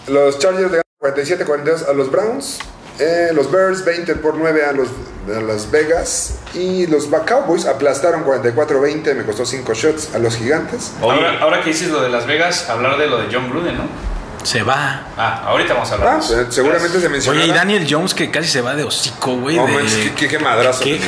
A: Los Chargers le ganan 47-42 a los Browns. Eh, los Bears 20 por 9 a los a Las Vegas. Y los Cowboys aplastaron 44-20. Me costó 5 shots a los gigantes.
D: ahora, ahora que dices lo de Las Vegas hablar de lo de John Gruden no
C: Se va.
D: ah ahorita vamos a hablar
A: Ah,
D: de eso.
A: se-
B: pues,
A: seguramente se mencionó.
C: Oye, y Daniel Jones que casi se va de hocico, güey.
A: No
C: de-
A: manches, qué, qué- qué madrazo.
C: ¿Qué-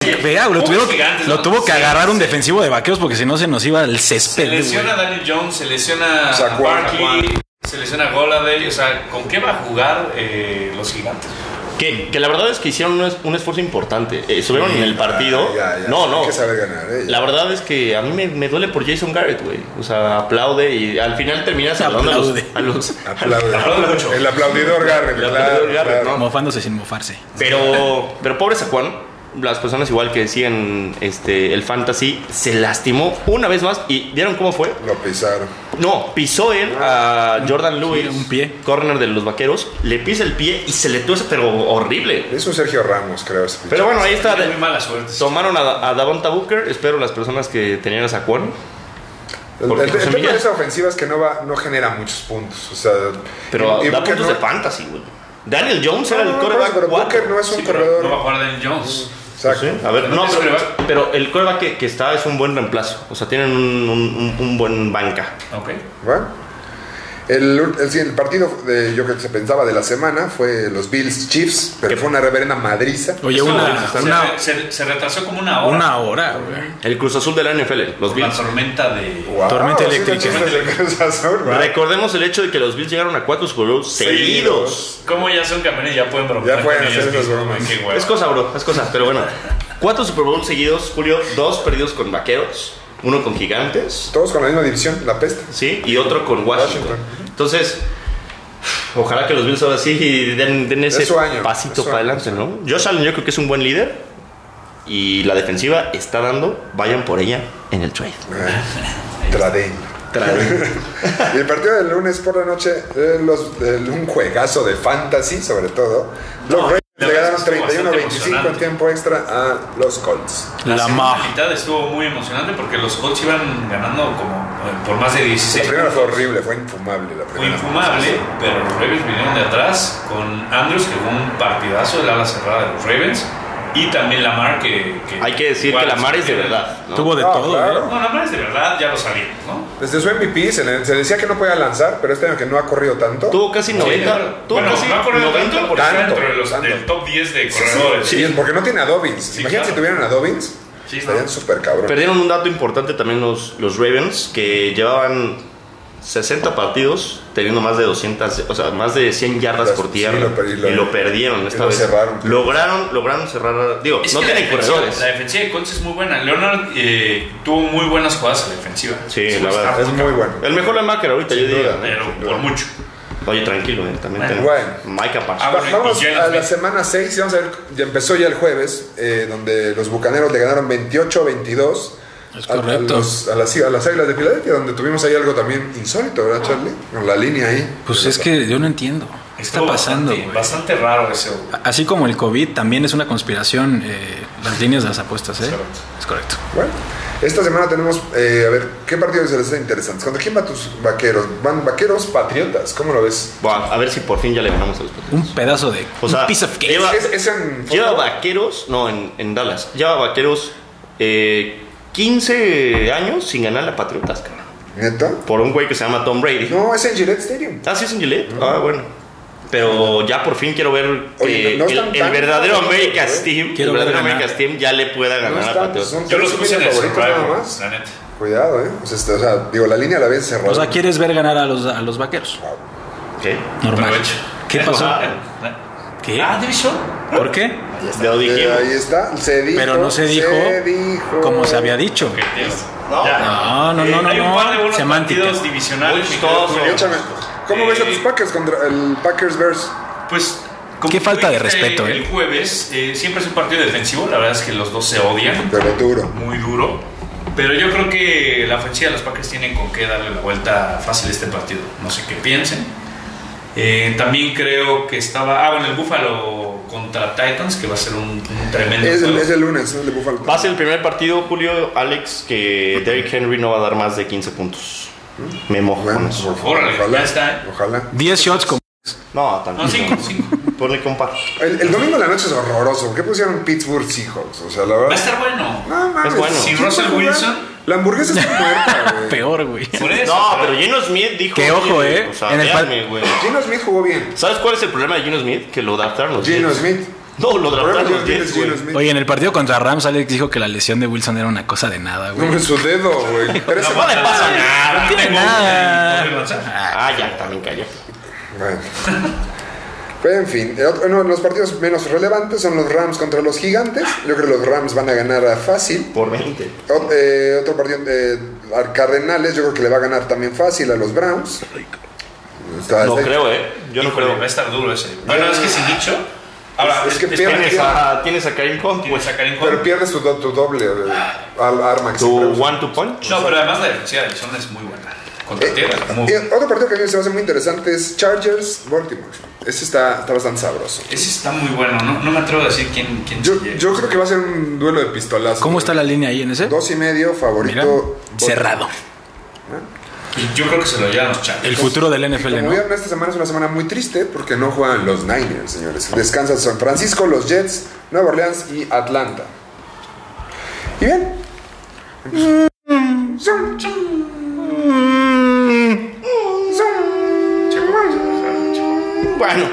C: qué fea, güey, lo,
D: Uy,
C: tuvieron que-
D: gigantes,
C: lo
D: ¿no?
C: tuvo que
D: Sí,
C: agarrar un
D: sí.
C: defensivo de vaqueros porque si no se nos iba el
D: se
C: césped. güey.
D: lesiona a Daniel Jones se lesiona a
A: Saquon.
D: Barkley se lesiona a Goladay o sea con qué va a jugar eh, los gigantes
B: Que, que la verdad es que hicieron un, es- un esfuerzo importante. Eh, estuvieron en el partido.
A: Ya, ya,
B: no,
A: hay
B: no.
A: que saber ganar. eh, ya.
B: La verdad es que a mí me, me duele por Jason Garrett, güey. O sea, aplaude y al final terminas hablando a los.
C: Aplaude.
B: a los-
A: Aplaude.
B: Aplaude mucho.
A: El aplaudidor Garrett.
B: El
A: claro,
B: aplaudidor Garrett,
A: claro.
C: Mofándose sin mofarse.
B: Pero, pero pobre Saquon, las personas igual que decían este, el fantasy, se lastimó una vez más. ¿Y vieron cómo fue?
A: Lo pisaron.
B: No, pisó él a Jordan Lewis,
C: un pie.
B: corner de los vaqueros, le pisa el pie y se le tuerce, pero horrible.
A: Es un Sergio Ramos, creo. ese
B: Pero bueno, ahí está.
D: Tiene muy mala suerte
B: Tomaron a, a Davonta Booker, espero las personas que tenían a Saquon.
A: El,
B: Porque
A: el- el
B: José
A: tema
B: Miguel.
A: de esa ofensiva es que no, va, no genera muchos puntos. O sea,
B: Pero
A: y- y
B: da
A: Booker
B: puntos
A: no-
B: de fantasy, güey. Daniel Jones
A: No,
B: era
A: no,
B: el
A: no, por eso,
B: coreback
A: pero
B: 4.
A: Booker no es un
D: Sí, pero
A: corredor.
D: no va a jugar Daniel Jones
A: Exacto.
B: A ver,
D: No
B: no,
D: tienes
B: pero,
D: coreback.
B: pero el coreback que, que está es un buen reemplazo. O sea, tienen un, un- un- un buen banca.
D: ok
A: Bueno. El, el- sí, el partido de, yo creo que se pensaba de la semana fue los Bills Chiefs, pero fue una reverenda madriza.
C: Oye,
D: Eso,
C: una,
D: se,
C: una,
D: se- se retrasó como una hora
C: una hora, güey.
B: El Cruz Azul de la NFL, los
D: por la
B: Bills.
D: tormenta de
A: Wow,
C: Tormenta
A: sí,
C: eléctrica.
A: la tormenta del Cruz Azul, ¿verdad?
B: Recordemos el hecho de que los Bills llegaron a cuatro Super Bowls seguidos.
D: cómo ya son campeones ya pueden bromear
A: Ya pueden
D: con ellos
A: hacer esas
D: mismos,
A: bromas.
D: güey, qué hueva.
B: Es cosa, bro, es cosa, pero bueno. Cuatro Super Bowls seguidos, Julio, dos perdidos con vaqueros, uno con gigantes,
A: Todos con la misma división, la peste.
B: ¿sí? Y otro con Washington.
A: Washington.
B: Entonces, ojalá que los Bills ahora sí y den, den ese
A: Es su año, es
B: pasito
A: su
B: para
A: año,
B: adelante, ¿no? Josh Allen yo creo que es un buen líder y la defensiva está dando, vayan por ella en el trade.
A: Tradeño. y el partido del lunes por la noche, eh, los- el- un juegazo de fantasy, sobre todo. Los Ravens
D: la
A: le
D: verdad
A: ganaron
D: es que estuvo
A: 31-25 en
D: bastante
A: tiempo extra a los Colts.
D: La
C: La
D: segunda
C: ma.
D: mitad estuvo muy emocionante porque los Colts iban ganando como eh, por más de 16.
A: La primera fue
D: puntos.
A: horrible, fue infumable la
D: Fue
A: primera.
D: infumable, pero los Ravens vinieron de atrás con Andrews, que fue un partidazo del ala cerrada de los Ravens. Y también Lamar, que. que
B: Hay que decir que
D: igual,
B: la mar es de
D: que-
B: verdad. ¿no?
C: Tuvo de
A: Ah,
C: todo,
A: claro.
C: ¿eh?
D: No, Lamar es de verdad, ya lo sabíamos, ¿no?
A: Desde su MVP se, le- se decía que no podía lanzar, pero este año que no ha corrido tanto.
B: Tuvo casi 90. tuvo
D: bueno,
B: casi
D: no ha corrido
B: 90
D: tanto porque está
A: tanto,
D: dentro de los,
A: tanto.
D: del top 10 de
A: Sí,
D: corredores.
A: sí, porque no tiene a Dobbins.
D: Sí,
A: Imagínate si
D: claro.
A: tuvieran a Dobbins,
D: Sí,
A: estarían
D: no.
A: súper cabrón.
B: Perdieron un dato importante también los, los Ravens, que llevaban 60 partidos teniendo más de 200, o sea, más de 100 yardas
A: Las-
B: por
A: sí,
B: tierra.
A: lo per-
B: y,
A: y
B: lo,
A: lo-
B: perdieron
A: y
B: esta
A: lo
B: vez.
A: cerraron.
B: Lograron, lograron cerrar. Digo,
D: Es
B: no
D: que la
B: tienen
D: defensiva-
B: corredores.
D: La defensiva de Colts es muy buena. Leonard eh, tuvo muy buenas jugadas a la defensiva.
B: Sí,
D: Eso
B: la
D: está
B: verdad.
A: es muy bueno.
B: El mejor linebacker ahorita, yo diría.
D: Pero por mucho.
B: Oye, tranquilo, eh, también
D: Bueno,
B: tenemos
A: bueno.
B: Mike Apache.
D: Ah,
A: Va-
D: bueno, y
A: Vamos
D: Jalen
A: a
D: Smith.
A: la semana 6 vamos a ver, ya empezó ya el jueves, eh, donde los bucaneros le ganaron 28-22
C: Es
A: a, a
C: correcto.
A: los- a las, a las Águilas de Filadelfia, donde tuvimos ahí algo también insólito, ¿verdad, Charlie? Con la línea ahí.
C: Pues es que yo no entiendo. ¿Qué está
D: Estuvo
C: pasando,
D: Bastante,
C: güey?
D: bastante raro ese. güey.
C: Así como el COVID también es una conspiración, eh, las líneas de las apuestas, ¿eh?
D: Correcto.
C: Es correcto.
A: Bueno, esta semana tenemos, eh, a ver, ¿qué partidos se les hacen interesantes? ¿Contra quién van tus vaqueros? ¿Van vaqueros patriotas? ¿Cómo lo ves?
B: Buah, a ver si por fin ya le ganamos a los Patriots.
C: Un pedazo de.
B: O sea,
C: un piece of cake.
B: lleva-
A: ¿Es, es en
B: Lleva vaqueros, no, en, en Dallas. Lleva vaqueros eh, 15 años sin ganar la Patriotas, cabrón.
A: ¿Neta?
B: Por un güey que se llama Tom Brady.
A: No, es en Gillette Stadium.
B: Ah, sí, es en Gillette. Ah, bueno. Pero ya por fin quiero ver que
A: Oye, no- no
B: el,
A: están
B: el
A: tan-
B: verdadero
A: tan-
B: America's Team,
C: Quiero
B: el verdadero
C: ver ganar.
B: America's Team ya le pueda
A: No
B: ganar a
A: están,
B: Patriotas.
A: son
D: Yo los
A: tres
D: puse en el
A: favoritos nada
D: Survivor,
A: más.
D: la neta.
A: Cuidado, ¿eh? O sea, este- o sea, digo, la línea la ves cerrada.
C: O sea, quieres ver ganar a los, a los vaqueros.
B: ¿Qué?
C: Normal.
D: Aprovecho.
C: ¿Qué pasó? ¿Qué?
D: Ah, división.
C: ¿Por qué?
B: Ya lo
A: Eh,
B: dijimos.
A: ahí está, se dijo.
C: Pero no se dijo,
A: dijo.
C: como se había dicho.
B: No.
C: No, no, no, no,
D: Hay un
C: no.
D: par de buenos
C: Semántica.
D: partidos divisionales.
B: Muy
D: mi querido
B: chistoso.
D: Julio.
A: Échame. ¿Cómo ves a tus Packers contra el Packers versus?
D: Pues. como
C: Qué
D: tú
C: falta de
D: dijiste
C: respeto, ¿eh?
D: El jueves eh, siempre es un partido defensivo. La verdad es que los dos se odian.
A: Pero duro.
D: Muy duro. Pero yo creo que la ofensiva de los Packers tienen con qué darle la vuelta fácil a este partido. No sé qué piensen. Eh, también creo que estaba. Ah, bueno, el Búfalo contra Titans, que va a ser un, un tremendo.
A: Es el,
D: juego.
A: es el lunes, ¿no? El de Buffalo.
B: Va a ser el primer partido, Julio, Alex, que Derrick Henry no va a dar más de 15 puntos. Me mojo con
A: Mm. Bueno,
B: eso.
A: por favor,
D: Órale,
A: ojalá.
D: ya está.
A: Ojalá.
C: 10 shots con.
B: No,
D: No,
B: tampoco.
D: cinco, cinco.
B: Ponle compa.
A: El, el domingo en la noche es horroroso. ¿Por qué pusieron Pittsburgh Seahawks? O sea,
D: Va
A: la
D: a
A: verdad.
D: estar bueno.
A: No mames.
B: Es bueno.
A: ¿quién
D: Sin Russell
A: va a jugar?
D: Wilson.
A: La hamburguesa está muerta, güey.
C: Peor, güey.
D: Por eso.
B: No, pero Gino Smith dijo.
C: Que ojo,
B: "Oye,
C: eh,
B: O sea,
C: en el par-
B: véanme, güey".
A: Gino Smith jugó bien.
B: ¿Sabes cuál es el problema de Gino Smith? Que lo draftaron los
A: Gino
B: Jets.
A: Smith.
B: No, lo
A: El problema
B: draftaron
A: de
B: los
A: Gino Smith es
B: Jets, güey.
A: Gino Smith.
C: Oye, en el partido contra Rams, Alex dijo que la lesión de Wilson era una cosa de nada,
A: No
C: güey.
A: me su dedo, güey. Tres
B: No le
A: semanas.
B: pasa nada.
D: pues, No tiene
C: nada.
B: Ah, ya, también cayó.
A: Bueno. Pero en fin, el otro- no, los partidos menos relevantes son los Rams contra los Gigantes. Yo creo que los Rams van a ganar a fácil.
B: Por 20.
A: O- eh, otro partido, eh, a Cardenales, yo creo que le va a ganar también fácil a los Browns. Está-
B: No
A: está-
B: creo, eh. Yo no creo.
D: Va a estar duro ese. Bueno, es que sin dicho. Ahora,
A: Ah.
D: este,
A: Es que
D: espera,
A: pierde.
B: Tienes a, tienes a Karim Hunt,
D: voy a
B: pues.
D: sacar en
A: Pero
D: contra.
A: pierdes tu, do- tu doble eh, al arma que
B: Tu
A: siempre usa.
B: one to punch.
D: No, pero además la defensiva de Arizona es muy buena. Contra
A: Eh,
D: tierra. Muy
A: y
D: buena.
A: otro partido que a mí se me hace muy interesante es Chargers Baltimore. Ese está, está bastante sabroso.
D: Ese está muy bueno. No, no me atrevo a decir quién. quién
A: Yo,
D: se lleva.
A: yo creo que va a ser un duelo de pistolazos.
C: ¿Cómo está la línea ahí en ese?
A: Dos y medio,
C: Mira,
A: favorito.
C: cerrado.
D: Y yo creo que se lo llevan los Chargers.
C: El futuro del NFL,
A: Como
C: ¿no?
A: vieron, esta semana es una semana muy triste porque no juegan los Niners, señores. Descansan San Francisco, los Jets, Nueva Orleans y Atlanta. Y bien. Zum, zum. Zum.
B: Bueno,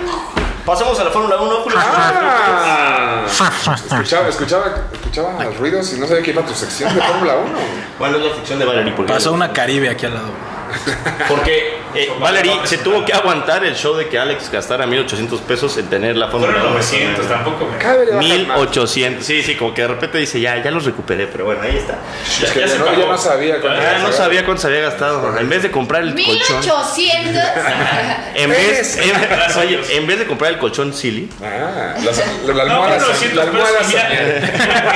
B: pasemos a la Fórmula 1, Julio.
A: Ah. Escuchaba, escuchaba, escuchaba los ruidos y no sabía que iba a tu sección de Fórmula 1.
B: Bueno, es la ficción de Valerie. porque-
C: Pasó una Caribe aquí al lado.
B: Porque eh, Valerie se tuvo que aguantar el show de que Alex gastara 1800 pesos en tener la Fórmula
D: Fueron
B: 1.
D: 900, tampoco me.
A: Cada vez le bajan más.
B: 1800. Sí, sí, como que de repente dice, ya, ya los recuperé, pero bueno, ahí está.
A: Es que
D: ya
A: ya
D: se
A: no,
D: pagó. Ah,
A: ya no sabía. cuánto
B: Ya
A: iba a
B: no
A: pagar.
B: sabía cuánto se había gastado. En vez de comprar el colchón.
E: 1800.
B: En vez, en, oye, en vez de comprar el colchón Silly,
A: Ah, la, la, la
D: No,
A: almohada,
D: fueron 900
A: la
D: pesos,
A: almohada
D: mira,
A: Samir.
D: mira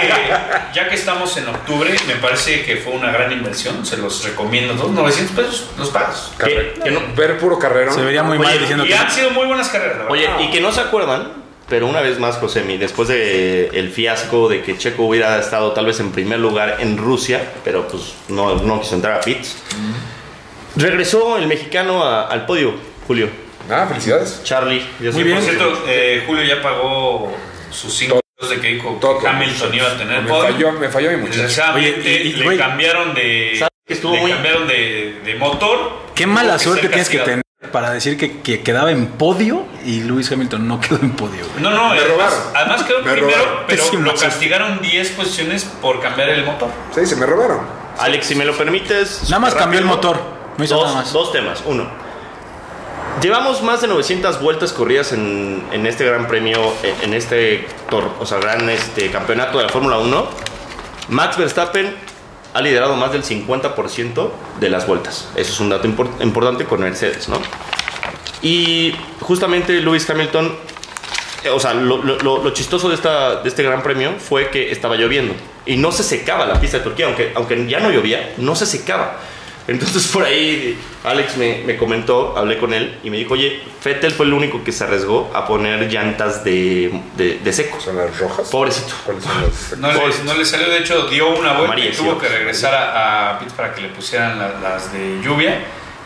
D: que- ya que estamos en octubre, me parece que fue una gran inversión. Se los recomiendo. todos. 900 pesos, los pagas.
B: que, que no,
A: Ver puro carrerón.
C: Se vería muy
B: Oye,
C: mal diciendo
D: Y
C: que.
D: han sido muy buenas carreras, la
B: Oye,
D: verdad.
B: y que no se acuerdan, pero una vez más, Josemi, después de el fiasco de que Checo hubiera estado tal vez en primer lugar en Rusia, pero pues no, no quiso entrar a pits, regresó el mexicano a- al podio, Julio.
A: Ah, felicidades.
B: Charlie, yo
C: Muy
B: soy
C: bien.
D: Por
B: José.
D: cierto, eh, Julio ya pagó sus 5 de que dijo que
A: Todos.
D: Hamilton iba a tener
A: Me
D: podio.
A: falló, me falló mi muchacho.
D: Desgraciadamente
C: Oye, y- y,
D: le
C: güey,
D: cambiaron de
B: ¿sabes que estuvo
D: le
B: muy-
D: cambiaron de, de motor.
C: Qué
D: Tuvo
C: mala
D: que
C: suerte
D: ser
C: tienes que
D: castigado.
C: tener para decir que, que quedaba en podio y Lewis Hamilton no quedó en podio, güey.
D: No, no,
A: Me
D: además,
A: robaron.
D: además quedó
A: Me
D: primero,
A: robaron.
D: pero
C: Pésima
D: lo
C: suerte.
D: castigaron 10 posiciones por cambiar el motor.
A: Sí, se me robaron.
B: Alex, si me lo permites.
C: Nada más
B: súper
C: cambió el
B: rápido,
C: motor, no hizo
B: dos,
C: nada más.
B: dos temas. Uno, llevamos más de 900 vueltas corridas en, en este gran premio, eh, en este tor- o sea, gran este, campeonato de la Fórmula 1. Max Verstappen ha liderado más del 50% de las vueltas. Eso es un dato impor- importante con Mercedes, ¿no? Y justamente Lewis Hamilton, eh, o sea, lo, lo- lo- lo chistoso de, esta, de este gran premio fue que estaba lloviendo y no se secaba la pista de Turquía, aunque, aunque ya no llovía, no se secaba. Entonces por ahí Alex me, me comentó, hablé con él y me dijo, oye, Fettel fue el único que se arriesgó a poner llantas de, de, de seco.
A: ¿Son las rojas?
B: Pobrecito.
A: ¿Cuáles son las?
D: No le,
B: Pobrecito.
D: no le salió, de hecho dio una vuelta
B: Amarilla,
D: y
B: sí,
D: tuvo
B: ¿no?
D: que regresar a, a pit para que le pusieran la- las de lluvia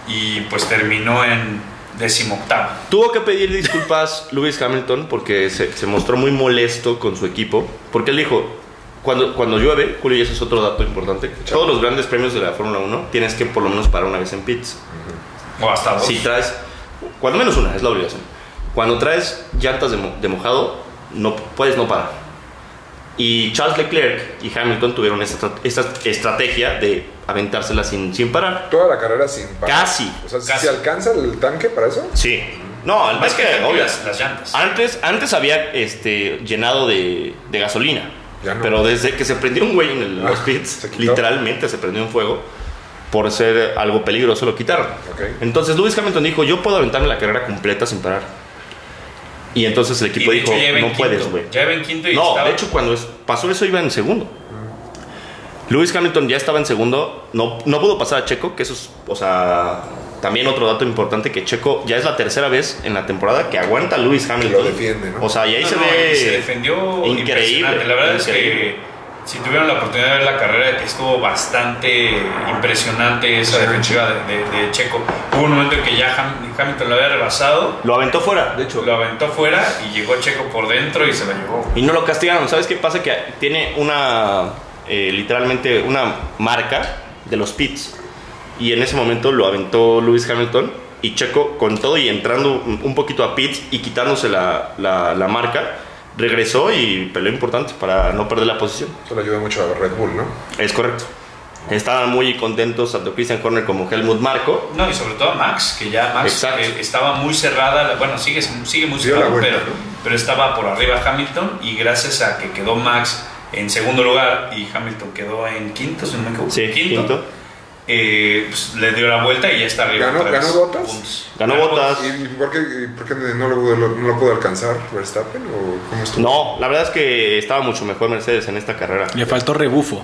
D: y pues terminó en decimoctavo.
B: Tuvo que pedir disculpas Lewis Hamilton porque se, se mostró muy molesto con su equipo. Porque él dijo, cuando, cuando llueve, Julio, y eso es otro dato importante, todos los grandes premios de la Fórmula 1 tienes que por lo menos parar una vez en pits.
D: O hasta dos.
B: Si traes, cuando menos una, es la obligación. Cuando traes llantas de, mo- de mojado, no, puedes no parar. Y Charles Leclerc y Hamilton tuvieron esta, esta estrategia de aventársela sin, sin parar.
A: Toda la carrera sin parar.
B: Casi.
A: O sea, ¿sí
D: Casi.
A: ¿se alcanza el tanque para eso?
B: Sí. No, el
D: Más que
B: tanque, obvio.
D: las, las llantas.
B: Antes, antes había este, llenado de, de gasolina.
A: Ya no.
B: Pero desde que se prendió un güey en el-
A: Ah,
B: los pits,
A: se quitó.
B: literalmente se prendió un fuego. Por ser algo peligroso, lo quitaron.
A: Ok.
B: Entonces Lewis Hamilton dijo: Yo puedo aventarme la carrera completa sin parar. Y entonces el
D: Y
B: equipo
D: de
B: dijo:
D: hecho, ya iba en
B: No
D: quinto.
B: puedes, güey.
D: Ya iba en quinto y
B: No,
D: estaba-
B: de hecho, cuando es- pasó eso iba en segundo. Lewis Hamilton ya estaba en segundo, no, no pudo pasar a Checo, que eso es, o sea, también otro dato importante que Checo ya es la tercera vez en la temporada que aguanta a Lewis Hamilton.
A: Lo defiende, ¿no?
B: O sea, y ahí
D: No,
B: se
D: no,
B: ve
D: y se defendió
B: increíble.
D: increíble. La verdad
B: increíble.
D: es que si tuvieron la oportunidad de ver la carrera, que estuvo bastante impresionante esa defensiva de, de- de Checo. Hubo un momento en que ya Ham- Hamilton lo había rebasado,
B: lo aventó fuera, de hecho.
D: lo aventó fuera y llegó Checo por dentro y se lo llevó.
B: Y no lo castigaron. ¿Sabes qué pasa? Que tiene una, eh, literalmente, una marca de los pits. Y en ese momento lo aventó Lewis Hamilton. Y Checo, con todo y entrando un un poquito a pits y quitándose la, la- la marca, regresó y peleó importante para no perder la posición.
A: Eso le ayuda mucho a Red Bull, ¿no?
B: Es correcto. Estaban muy contentos tanto Christian Horner como Helmut Marco.
D: No, y sobre todo a Max, que ya Max
B: Exacto.
D: eh, estaba muy cerrada, la- bueno, sigue, sigue muy
A: Dio la
D: cerrada,
A: vuelta,
D: pero, pero estaba por arriba Hamilton y gracias a que quedó Max en segundo lugar y Hamilton quedó en quinto, si no me equivoco,
B: Sí, quinto.
D: eh, pues, le dio la vuelta y ya está arriba.
A: ¿Ganó-
D: otra vez.
A: ganó Bottas?
D: Puntos.
B: Ganó
D: Ah.
B: Bottas.
A: ¿Y, y por qué, y por qué no, lo, pudo- no lo pudo alcanzar Verstappen? ¿O cómo estuvo?
B: No, la verdad es que estaba mucho mejor Mercedes en esta carrera.
C: Le faltó rebufo.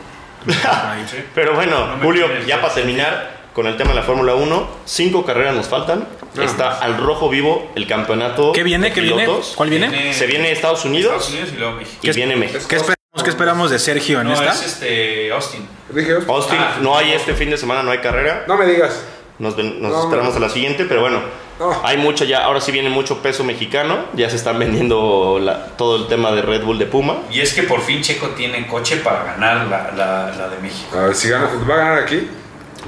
B: Pero bueno,
D: No me
B: Julio,
D: tienes
B: ya
D: que
B: para terminar con el tema de la Fórmula 1, cinco carreras nos faltan.
D: Ah.
A: Nada
B: Está
A: más.
B: al rojo vivo el campeonato.
C: ¿Qué viene?
B: de
C: ¿Qué viene?
B: pilotos.
C: ¿Cuál viene?
D: Viene
B: Se viene Estados Unidos,
D: Estados Unidos y luego México.
B: y viene México.
C: ¿Qué esperamos, ¿Qué esperamos de Sergio en
D: No,
C: esta?
D: es este Austin.
A: Dije,
B: Austin,
D: Ah,
B: no hay
D: no.
B: este fin de semana, no hay carrera.
A: no me digas.
B: Nos, ven- nos
A: No,
B: esperamos
A: no.
B: a la siguiente, pero bueno,
A: No.
B: hay mucho ya. Ahora sí viene mucho peso mexicano. Ya se están vendiendo la- todo el tema de Red Bull de Puma.
D: Y es que por fin Checo tiene coche para ganar la, la- la de México.
A: A ver, si gana, ¿va a ganar aquí?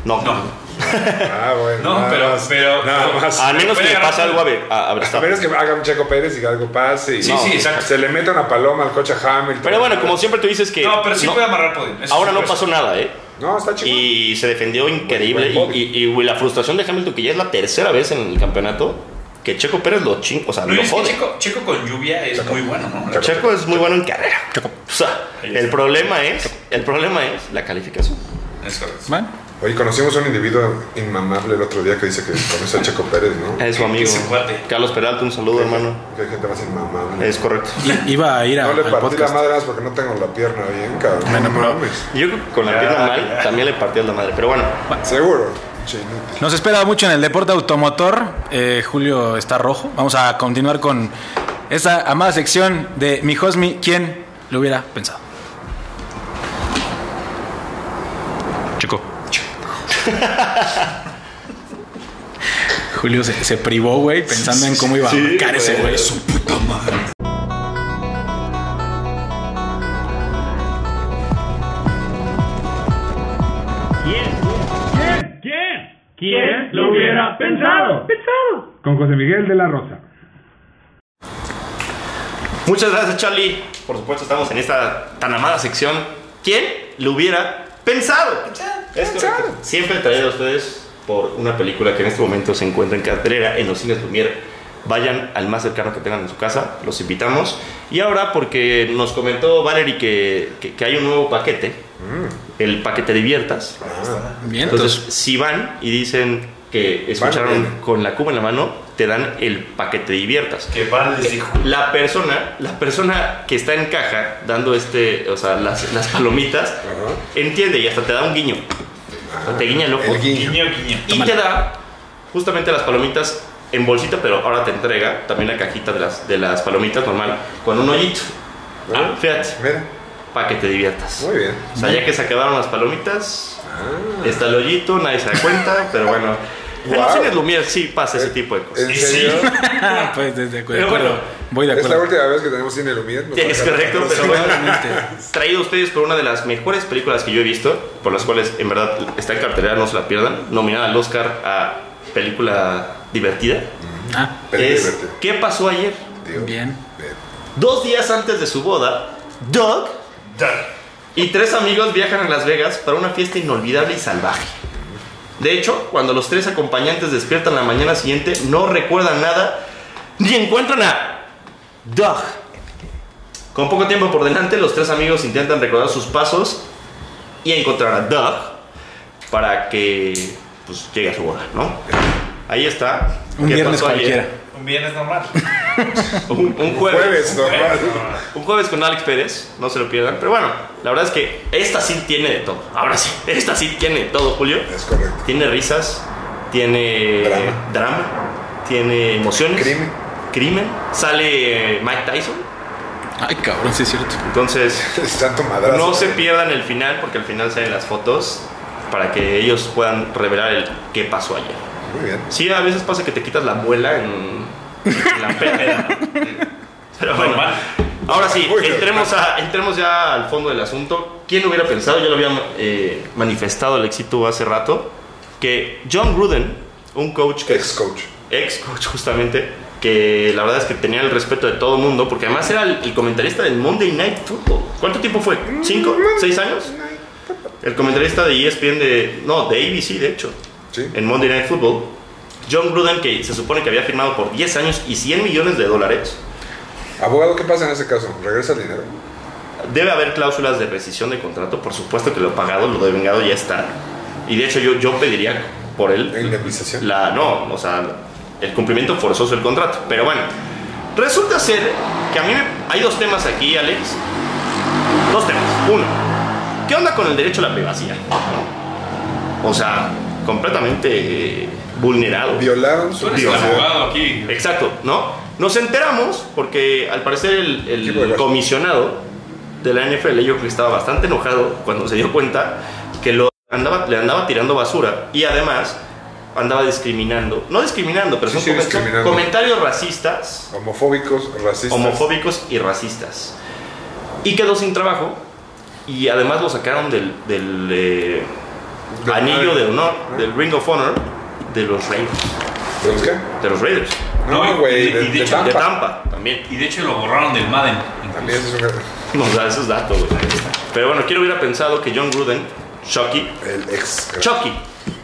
B: No,
D: No,
A: Ah, bueno.
D: No,
A: nada
D: pero-
A: más,
D: pero-
A: Nada más.
B: A menos que
D: Puede
B: le
D: ganar
B: pase algo a, ver, a, a
A: A
B: Verstappen.
A: menos que haga un Checo Pérez y que algo pase. Y
D: Sí, sí, exacto.
A: Se le meta una paloma al coche a Hamilton.
B: Pero bueno, como siempre tú dices que.
D: no pero sí
B: no-
D: puede amarrar podio. eso
B: ahora
D: sí
B: no
D: puede
B: pasó nada, ¿eh?
A: No, está chido.
B: Y se defendió increíble.
A: Buen body.
B: Y, y- y la frustración de Hamilton, que ya es la tercera vez en el campeonato, que Checo Pérez lo ching, o sea,
D: ser. No,
B: lo
D: es que
B: jode. Checo.
D: Checo, Checo con lluvia es muy bueno, ¿no?
B: es muy bueno en carrera. O sea,
D: está.
B: el problema es, el problema es la calificación.
D: Es correcto.
C: Bueno,
A: Oye, conocimos a un individuo inmamable el otro día que dice que conoce a Checo Pérez, ¿no?
B: Es su amigo.
D: Ese cuate.
B: Carlos Peralta, un saludo, hermano.
A: Qué gente más inmamable.
B: Es correcto.
C: i- iba a ir a-
A: No le
C: al
A: partí la
C: podcast.
A: madre más porque no tengo la pierna bien, cabrón. No mames.
B: Yo creo que con la pierna mal también le partió la madre. Pero bueno,
A: Seguro. Che, inútil.
C: Nos espera mucho en el deporte automotor. Eh, Julio está rojo. Vamos a continuar con esta amada sección de mi Josmi. ¿Quién lo hubiera pensado? Chico. Julio se, se privó, güey, pensando en cómo iba a marcar ese güey.
G: ¿Quién? ¿Quién? ¿Quién? ¿Quién lo hubiera pensado? Pensado. Con José Miguel de la Rosa.
B: Muchas gracias, Charlie. Por supuesto, estamos en esta tan amada sección. ¿Quién lo hubiera pensado? Es correcto. Siempre traído a ustedes por una película que en este momento se encuentra en cartelera en los cines Lumière. Vayan al más cercano que tengan en su casa, los invitamos. Y ahora, porque nos comentó Valerie que, que- que hay un nuevo paquete, el paquete diviertas.
A: Ah,
C: Bien,
B: Mm. Entonces, eh.
C: entonces,
B: si van y dicen que
A: bien.
B: escucharon con la cuba en la mano, te dan el paquete diviertas.
F: Que Val les dijo.
B: La persona, la persona que está en caja dando este, o sea, las, las palomitas, entiende y hasta te da un guiño. O sea, te guiña el ojo.
A: El guiño.
F: Guiño, guiño.
B: Y te da justamente las palomitas en bolsita, pero ahora te entrega también la cajita de las, de las palomitas normal, con un hoyito.
A: Ah.
B: Fíjate,
A: Mira,
B: para que te diviertas.
A: muy bien. Ah.
B: O sea, ya que se acabaron las palomitas, está el hoyito, nadie se da cuenta, pero bueno. En los
A: Guau. Eh,
B: cines Lumière sí pasa ese tipo de cosas.
A: ¿En
F: sí.
A: serio?
C: pues desde acuerdo.
B: Pero bueno,
C: voy de
A: Es la
C: acuerdo.
A: última vez que tenemos cine Lumière. nos
B: Es
A: toca la
B: correcto, pero
A: próxima.
B: bueno, traído a ustedes por una de las mejores películas que yo he visto, por las cuales en verdad está en cartelera, no se la pierdan, nominada al Oscar a película divertida.
C: Ah,
A: Pero
B: es
A: divertido.
B: ¿Qué pasó ayer?
A: Digo,
C: bien.
B: Dos días antes de su boda, Doug y tres amigos viajan a Las Vegas para una fiesta inolvidable y salvaje. De hecho, cuando los tres acompañantes despiertan la mañana siguiente, no recuerdan nada ni encuentran a Doug. Con poco tiempo por delante, los tres amigos intentan recordar sus pasos y encontrar a Doug para que pues, llegue a su boda, ¿no? Ahí está.
C: Un
B: ¿Qué
C: viernes
B: pasó ayer?
C: cualquiera.
F: Un viernes normal.
B: Un, un jueves.
A: Jueves, normal.
B: Un jueves con Alex Pérez, no se lo pierdan. Pero bueno, la verdad es que esta sí tiene de todo. Ahora sí, esta sí tiene de todo, Julio.
A: Es correcto.
B: Tiene risas, tiene
A: Drama.
B: drama, tiene emociones.
A: Crimen.
B: Crimen. Sale eh, Mike Tyson.
C: Ay, cabrón, sí es cierto.
B: Entonces,
A: Es tanto madrazo.
B: no se pierdan el final, porque al final salen las fotos para que ellos puedan revelar el qué pasó ayer.
A: Muy bien.
B: Sí, a veces pasa que te quitas la muela en, en la peda. Pero bueno,
F: Normal.
B: ahora sí,
A: Muy
B: entremos, a, entremos ya al fondo del asunto. ¿Quién lo hubiera pensado? Ya lo había eh, manifestado el éxito hace rato. Que John Gruden, un coach que
A: Ex coach.
B: ex coach justamente, que la verdad es que tenía el respeto de todo el mundo, porque además era el, el comentarista del Monday Night Football. ¿Cuánto tiempo fue? ¿Cinco? ¿Seis años? El comentarista de E ESPN de... No, de ABC, de hecho,
A: Sí.
B: en Monday Night Football. John Gruden, que se supone que había firmado por 10 años y 100 millones de dólares,
A: Abogado, ¿qué pasa en ese caso? ¿Regresa el dinero?
B: debe haber cláusulas de rescisión de contrato, por supuesto que lo pagado, lo devengado ya está. Y de hecho yo, yo pediría por él
A: ¿La indemnización?
B: la no, o sea, el cumplimiento forzoso del contrato. Pero bueno, resulta ser que a mí me- hay dos temas aquí, Alex. Dos temas. Uno, ¿qué onda con el derecho a la privacidad? O sea, completamente eh, vulnerado.
A: ¿Violaron su
F: Tú eres el
B: Dios.
F: abogado aquí.
B: Exacto, ¿no? Nos enteramos porque al parecer el, el
A: Equipo de Washington.
B: comisionado de la NFL, yo creo que estaba bastante enojado cuando se dio cuenta que lo andaba, le andaba tirando basura y además andaba discriminando, no discriminando, pero
A: Sí,
B: son
A: sí,
B: comen-
A: discriminando.
B: comentarios racistas,
A: Homofóbicos, racistas.
B: homofóbicos y racistas. Y quedó sin trabajo y además lo sacaron del, del, eh,
A: Del
B: anillo
A: honor.
B: de honor, del Ring of Honor de los Raiders.
A: ¿De los qué?
B: De los Raiders.
A: No,
F: No,
A: güey,
F: y-
A: de,
F: y
A: de
F: de hecho,
A: Tampa.
B: De Tampa también.
F: Y de hecho lo borraron del Madden.
A: También es un gran-
B: Nos da esos datos, güey. Pero bueno, quiero hubiera pensado que John Gruden, Chucky,
A: El ex.
B: Chucky,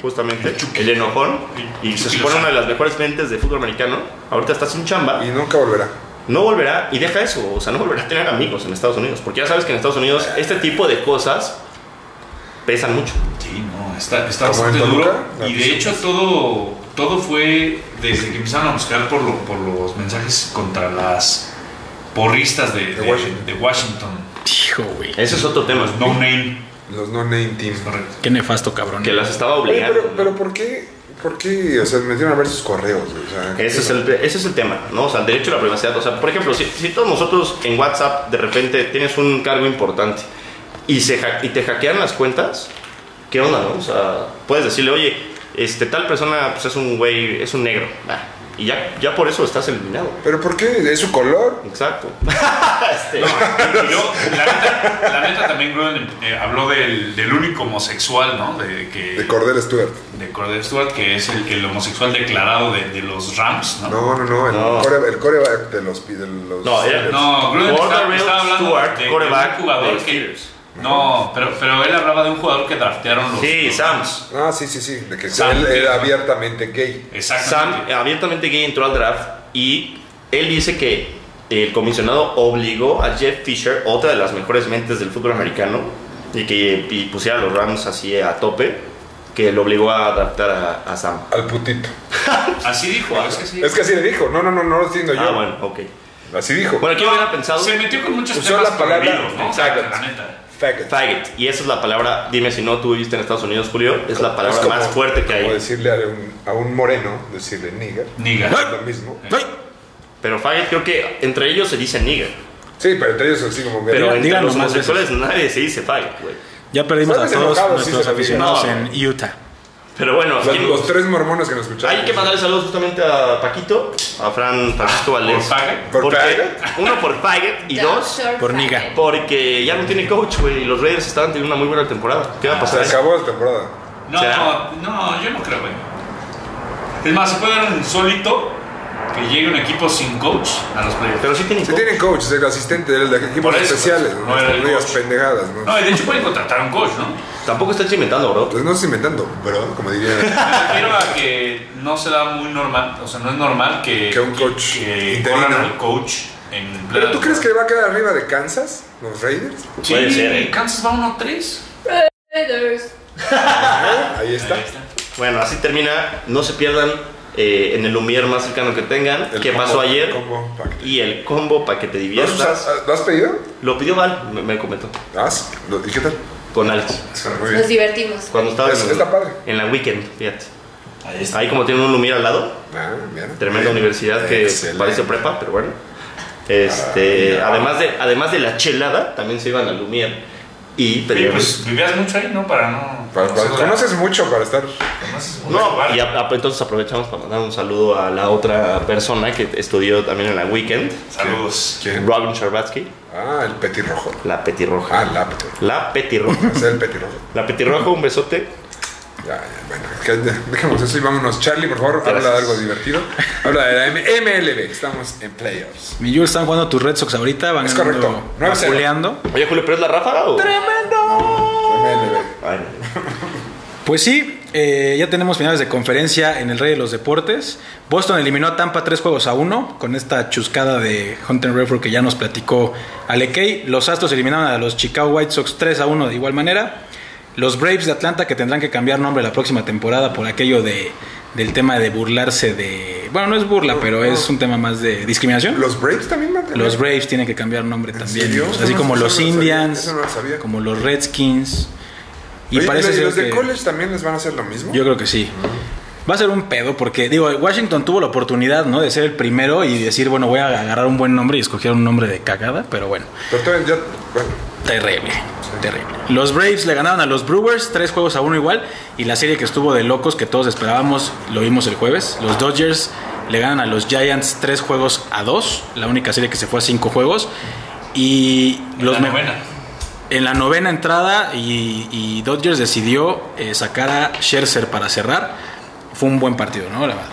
B: justamente, el enojón, y se supone una de las mejores mentes de fútbol americano, ahorita está sin chamba,
A: Y nunca volverá.
B: no volverá, y deja eso, o sea, no volverá a tener amigos en Estados Unidos, porque ya sabes que en Estados Unidos este tipo de cosas pesan mucho.
F: Sí, no, está, está
A: Como en
F: bastante
A: Toluca,
F: duro.
A: la
F: Y de
A: prisión.
F: hecho todo, todo fue desde que empezaron a buscar por, lo- por los mensajes contra las porristas de, de- de
A: Washington.
F: Washington.
C: Hijo, güey.
B: Ese es otro tema,
F: Los no name.
A: Los no-name teams.
F: Correcto.
C: Qué nefasto, cabrón.
B: que las estaba
A: Oye,
B: obligando.
A: pero, pero ¿por qué? ¿Por qué? O sea, metieron a ver sus correos. güey, O sea,
B: Ese es, el, ese es el tema, ¿no? O sea, el derecho a la privacidad. O sea, por ejemplo, si, si todos nosotros en WhatsApp de repente tienes un cargo importante y, se hack- y te hackean las cuentas, ¿qué onda, no? O sea, puedes decirle, oye, este, tal persona pues, es un güey, es un negro, va, Y ya, ya por eso estás eliminado.
A: ¿Pero por qué? ¿Es su color?
B: Exacto. Este,
D: Y yo, la neta, la neta también Groen eh, habló del, del único homosexual, ¿no? De, que,
A: De Cordel Stewart.
D: de Cordell Stewart, que es el, el homosexual declarado de, de los Rams, ¿no?
A: No, no, no. El,
B: No.
A: Core, el coreback de los. De los
B: No, era-
D: No, Gruden
B: Cordell
D: estaba, estaba hablando
B: Stewart,
D: de, de
B: quarterback
D: un jugador
B: de
D: que...
B: Steelers.
D: No, pero, pero él hablaba de un jugador que draftearon los...
B: sí,
D: los
B: Sams.
A: Ah, sí, sí, sí. De que
D: Sam
A: él
D: Pittman.
A: era abiertamente gay.
D: Exactamente.
B: Sam, abiertamente gay, entró al draft y él dice que el comisionado obligó a Jeff Fisher, otra de las mejores mentes del fútbol americano, y que y pusiera a los Rams así eh, a tope, que lo obligó a adaptar a, a Sam.
A: Al putito.
D: Eh, Así dijo, es que sí.
A: Es que así le dijo. No, no, no, no lo entiendo
B: Ah,
A: yo.
B: bueno, ok.
A: Así dijo.
B: Bueno, ¿quién hubiera pensado?
D: Se metió con muchos
A: Usó
D: temas
A: la palabra-
D: prohibidos, ¿no?
A: Exacto.
D: La neta.
A: Faggot.
B: Faggot. Y esa es la palabra, dime si no tú viviste en Estados Unidos, Julio, es la palabra
A: Es como-
B: más fuerte que
A: Como
B: hay.
A: decirle a un, a un moreno, decirle nigger.
D: Niga.
A: Es lo mismo.
B: Pero faggot creo que entre ellos se dice nigger.
A: Sí, pero entre ellos así como que.
B: Pero
C: Diga-
B: entre
C: díganlo
B: los
C: más
B: homosexuales nadie se dice faggot, güey.
C: Ya perdimos a
A: Sabes,
C: todos
A: enojados,
C: nuestros
A: sí se refieren.
C: aficionados
B: No.
C: en Utah.
B: Pero bueno,
A: los,
B: ¿quién-
A: los tres mormones que nos escucharon.
B: Pues Hay que mandarle saludos justamente a Paquito, a Fran Francisco Valdés.
D: ¿Por Faggot?
A: Ah, ¿Por
B: Porque-
A: Faggot?
B: Uno por Faggot y dos
E: Doctor
C: por Niga.
E: Faggot.
B: porque ya no tiene coach, güey. Y los Raiders estaban teniendo una muy buena temporada. ¿Qué va a
A: Ah, Se
B: pasar?
A: acabó la temporada.
D: No,
B: ¿Será?
D: no, yo no creo, güey. Es más, se puede dar un solito que llegue un equipo sin coach a los playoffs.
B: Pero sí tienen
A: Si
B: coach.
A: tienen coach, el asistente, el de equipos
D: Por eso,
A: especiales,
D: no
A: no
D: era el
A: Rías
D: coach.
A: pendejadas, ¿no?
D: No, y de hecho pueden contratar a un coach, ¿no?
B: Tampoco estás inventando, bro.
A: Pues no estoy inventando, pero como diría.
D: Me refiero a que no se da muy normal, o sea, no es normal que,
A: Que un coach
D: que
A: interino.
D: corran al coach en
A: ¿Pero
D: plena-
A: tú crees que va a quedar arriba de Kansas, los Raiders?
D: Sí,
B: Puede ser, ¿eh?
D: Kansas va 1-3.
E: Raiders.
B: Ah,
A: Ahí está.
D: Ahí está.
B: Bueno, así termina. No se pierdan eh, en el Lumier más cercano que tengan.
A: El
B: ¿Qué
A: combo-
B: pasó ayer?
A: combo pack.
B: Y el combo para que te
A: ¿Lo has,
B: diviertas.
A: usado- ¿Lo has pedido?
B: Lo pidió Val, me, me comentó.
A: ¿Has? ¿Lo- ¿Y qué tal?
B: Con Alex.
A: Muy
B: Pues
E: Nos
A: bien.
E: divertimos.
B: Cuando estaba
A: Es-
B: en,
A: está padre.
B: en la weekend, fíjate.
D: Ahí está.
B: Ahí como tienen un Lumier al lado.
A: Ah, bien.
B: Tremenda
A: Bien.
B: universidad que
A: Excelente.
B: parece prepa, pero bueno. Este, además, de, además de la chelada, también se iban a Lumier y
D: Oye,
B: pedían.
D: pues vivías mucho ahí, ¿no? Para no.
A: Para- para- Pues conoces mucho para estar.
D: conoces mucho
B: no,
D: lugar.
B: y a- a- entonces aprovechamos para mandar un saludo a la otra persona que estudió también en la weekend,
D: Saludos.
A: ¿Quién?
B: Robin Charbatsky,
A: Ah, el petirrojo.
B: la petirroja.
A: Ah, la petirrojo.
B: La petirroja.
A: Es el petirrojo.
B: la petirroja, un besote.
A: Ya, ya, bueno, que- dejemos eso y vámonos. Charlie, por favor, habla
B: Gracias.
A: de algo divertido. Habla de la M- MLB. Estamos en playoffs.
C: Mi Jules están jugando tus Red Sox ahorita, van
A: Es correcto.
C: ganando,
A: 9-0.
C: vapuleando.
B: Oye, Julio, ¿pero es la ráfaga o...?
A: MLB.
B: Ay,
C: Pues sí, eh, ya tenemos finales de conferencia en el Rey de los Deportes. Boston eliminó a Tampa tres juegos a uno con esta chuscada de Hunter Redford que ya nos platicó Alekei. Los Astros eliminaron a los Chicago White Sox 3 a 1 de igual manera. Los Braves de Atlanta que tendrán que cambiar nombre la próxima temporada por aquello de, del tema de burlarse de... Bueno, no es burla, pero es un tema más de discriminación.
A: ¿Los Braves también van a tener?
C: Los Braves tienen que cambiar nombre también.
A: serio?
C: amigos.
A: Eso
C: Así
A: no-
C: como
A: eso
C: los
A: no lo sabía,
C: Indians,
A: eso no lo sabía.
C: como los Redskins. Y
A: Oye,
C: parece
A: ¿y
C: ser
A: los de
C: que-
A: college también les van a hacer lo mismo?
C: Yo creo que sí. Va a ser un pedo porque, digo, Washington tuvo la oportunidad, ¿no? De ser el primero y decir, bueno, voy a agarrar un buen nombre y escoger un nombre de cagada, pero bueno,
A: Pero todavía ya, bueno,
C: terrible, terrible. Los Braves le ganaron a los Brewers, tres juegos a uno igual, y la serie que estuvo de locos que todos esperábamos, lo vimos el jueves. Los Dodgers le ganan a los Giants tres juegos a dos, la única serie que se fue a cinco juegos. Y los
D: la
C: me-
D: novena.
C: en la novena entrada y, y Dodgers decidió eh, sacar a Scherzer para cerrar. Fue un buen partido, ¿no? La verdad.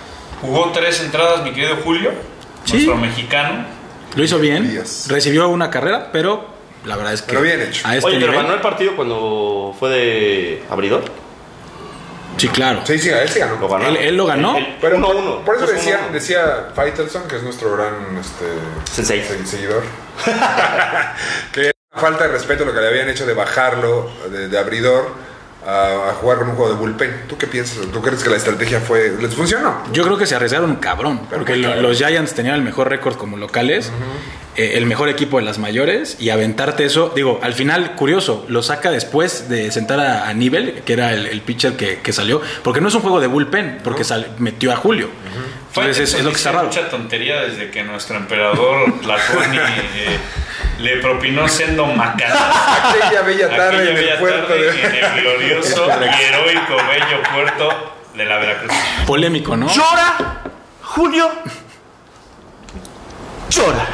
D: Jugó tres entradas, mi querido Julio,
C: Sí.
D: nuestro mexicano.
C: Lo hizo bien,
A: Díaz.
C: recibió una carrera, pero la verdad es que
A: Pero bien hecho.
C: a este
B: Oye, pero
C: nivel,
B: ganó el partido cuando fue de abridor.
C: sí, claro.
A: sí, sí, él sí ganó.
B: Lo ganó.
C: Él- él lo ganó.
A: Pero
B: uno,
A: por,
B: uno.
A: por eso
B: Puso
A: decía,
B: uno.
A: decía Faitelson, que es nuestro gran este,
B: Sensei.
A: se- seguidor, que era una falta de respeto lo que le habían hecho de bajarlo de, de abridor a, a jugar con un juego de bullpen. ¿Tú qué piensas? ¿Tú crees que la estrategia fue les funcionó?
C: Yo creo que se arriesgaron cabrón,
A: Pero
C: porque
A: muy
C: lo-
A: cabrón.
C: los Giants tenían el mejor récord como locales, eh, el mejor equipo de las mayores, y aventarte eso, digo, al final, curioso, lo saca después de sentar a, a Nivel, que era el, el pitcher que, que salió, porque no es un juego de bullpen, porque sal- metió a Julio. Entonces Pues es, es lo que está
D: Dice
C: raro.
D: mucha tontería desde que nuestro emperador Platón eh, le propinó siendo macana.
A: Aquella bella tarde
D: Aquella
A: en el
D: bella
A: puerto
D: tarde
A: de...
D: en el glorioso y heroico bello puerto de la Veracruz.
C: Polémico, ¿no?
B: ¡Llora! Julio llora.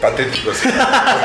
A: Patéticos.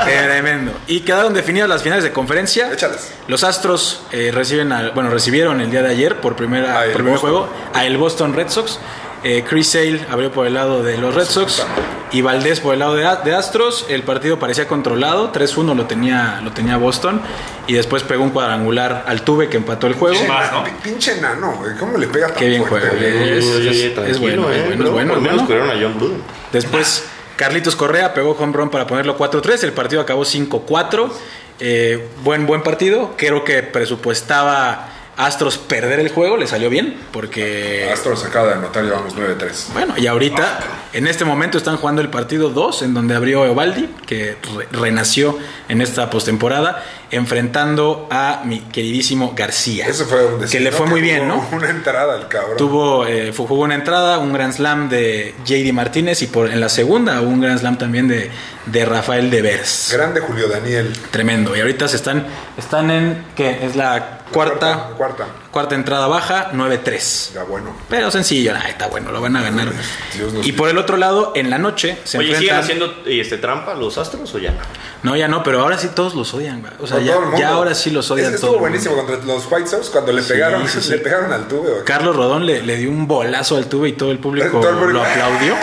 C: Tremendo. Y quedaron definidas las finales de conferencia.
A: Échalas.
C: Los Astros eh, reciben al- bueno, recibieron el día de ayer por, primera,
A: A el
C: por primer
A: Boston.
C: juego a el Boston Red Sox. Eh, Chris Sale abrió por el lado de los Red Sox y Valdés por el lado de, A- de Astros. El partido parecía controlado, 3-1 lo tenía, lo tenía Boston y después pegó un cuadrangular al Tuve que empató el juego.
A: Pinche
D: Más,
A: enano,
D: ¿no?
A: pi- Pinche enano, güey, ¿cómo le pega tan
C: Qué bien
A: fuerte?
C: juega,
A: güey?
C: bien. Es- es- es bueno,
A: eh.
C: es bueno, es bueno,
B: Por lo
C: es
B: menos
C: bueno.
B: curaron a John Blue.
C: Después Carlitos Correa pegó home run para ponerlo 4-3. El partido acabó 5-4. Eh, buen, buen partido. Creo que presupuestaba Astros perder el juego. Le salió bien porque...
A: Astros acaba de anotar, llevamos 9-3.
C: Bueno, y ahorita, en este momento, están jugando el partido 2, en donde abrió Eovaldi, que re- renació en esta postemporada, enfrentando a mi queridísimo García.
A: Eso fue un decir,
C: Que le
A: ¿no?
C: fue muy bien,
A: tuvo
C: ¿no?
A: Una entrada al cabrón.
C: Tuvo, eh, fu- jugó una entrada, un gran slam de JD Martínez y por, en la segunda un gran slam también de, de Rafael Devers.
A: Grande Julio Daniel.
C: Tremendo. Y ahorita se están, están en, ¿qué? Es la cuarta,
A: Cuarta. cuarta.
C: cuarta entrada baja, 9-3.
A: Ya bueno.
C: Pero sencillo, ah, está bueno, lo van a ganar.
A: Dios nos
C: Y por el otro lado, en la noche se
B: Oye, ¿siguen
C: enfrentan...
B: haciendo eh, este, trampa los astros o ya no?
C: No, ya no, pero ahora sí todos los odian. güey. O sea,
A: Con
C: ya,
A: todo el mundo.
C: ya ahora sí los odian
A: Ese
C: todo
A: Estuvo
C: el mundo.
A: buenísimo contra los White Sox cuando le pegaron,
C: sí, sí.
A: le pegaron al tuve, güey.
C: Carlos Rodón le, le dio un bolazo al tubo y todo el público
A: Todo el público.
C: lo aplaudió.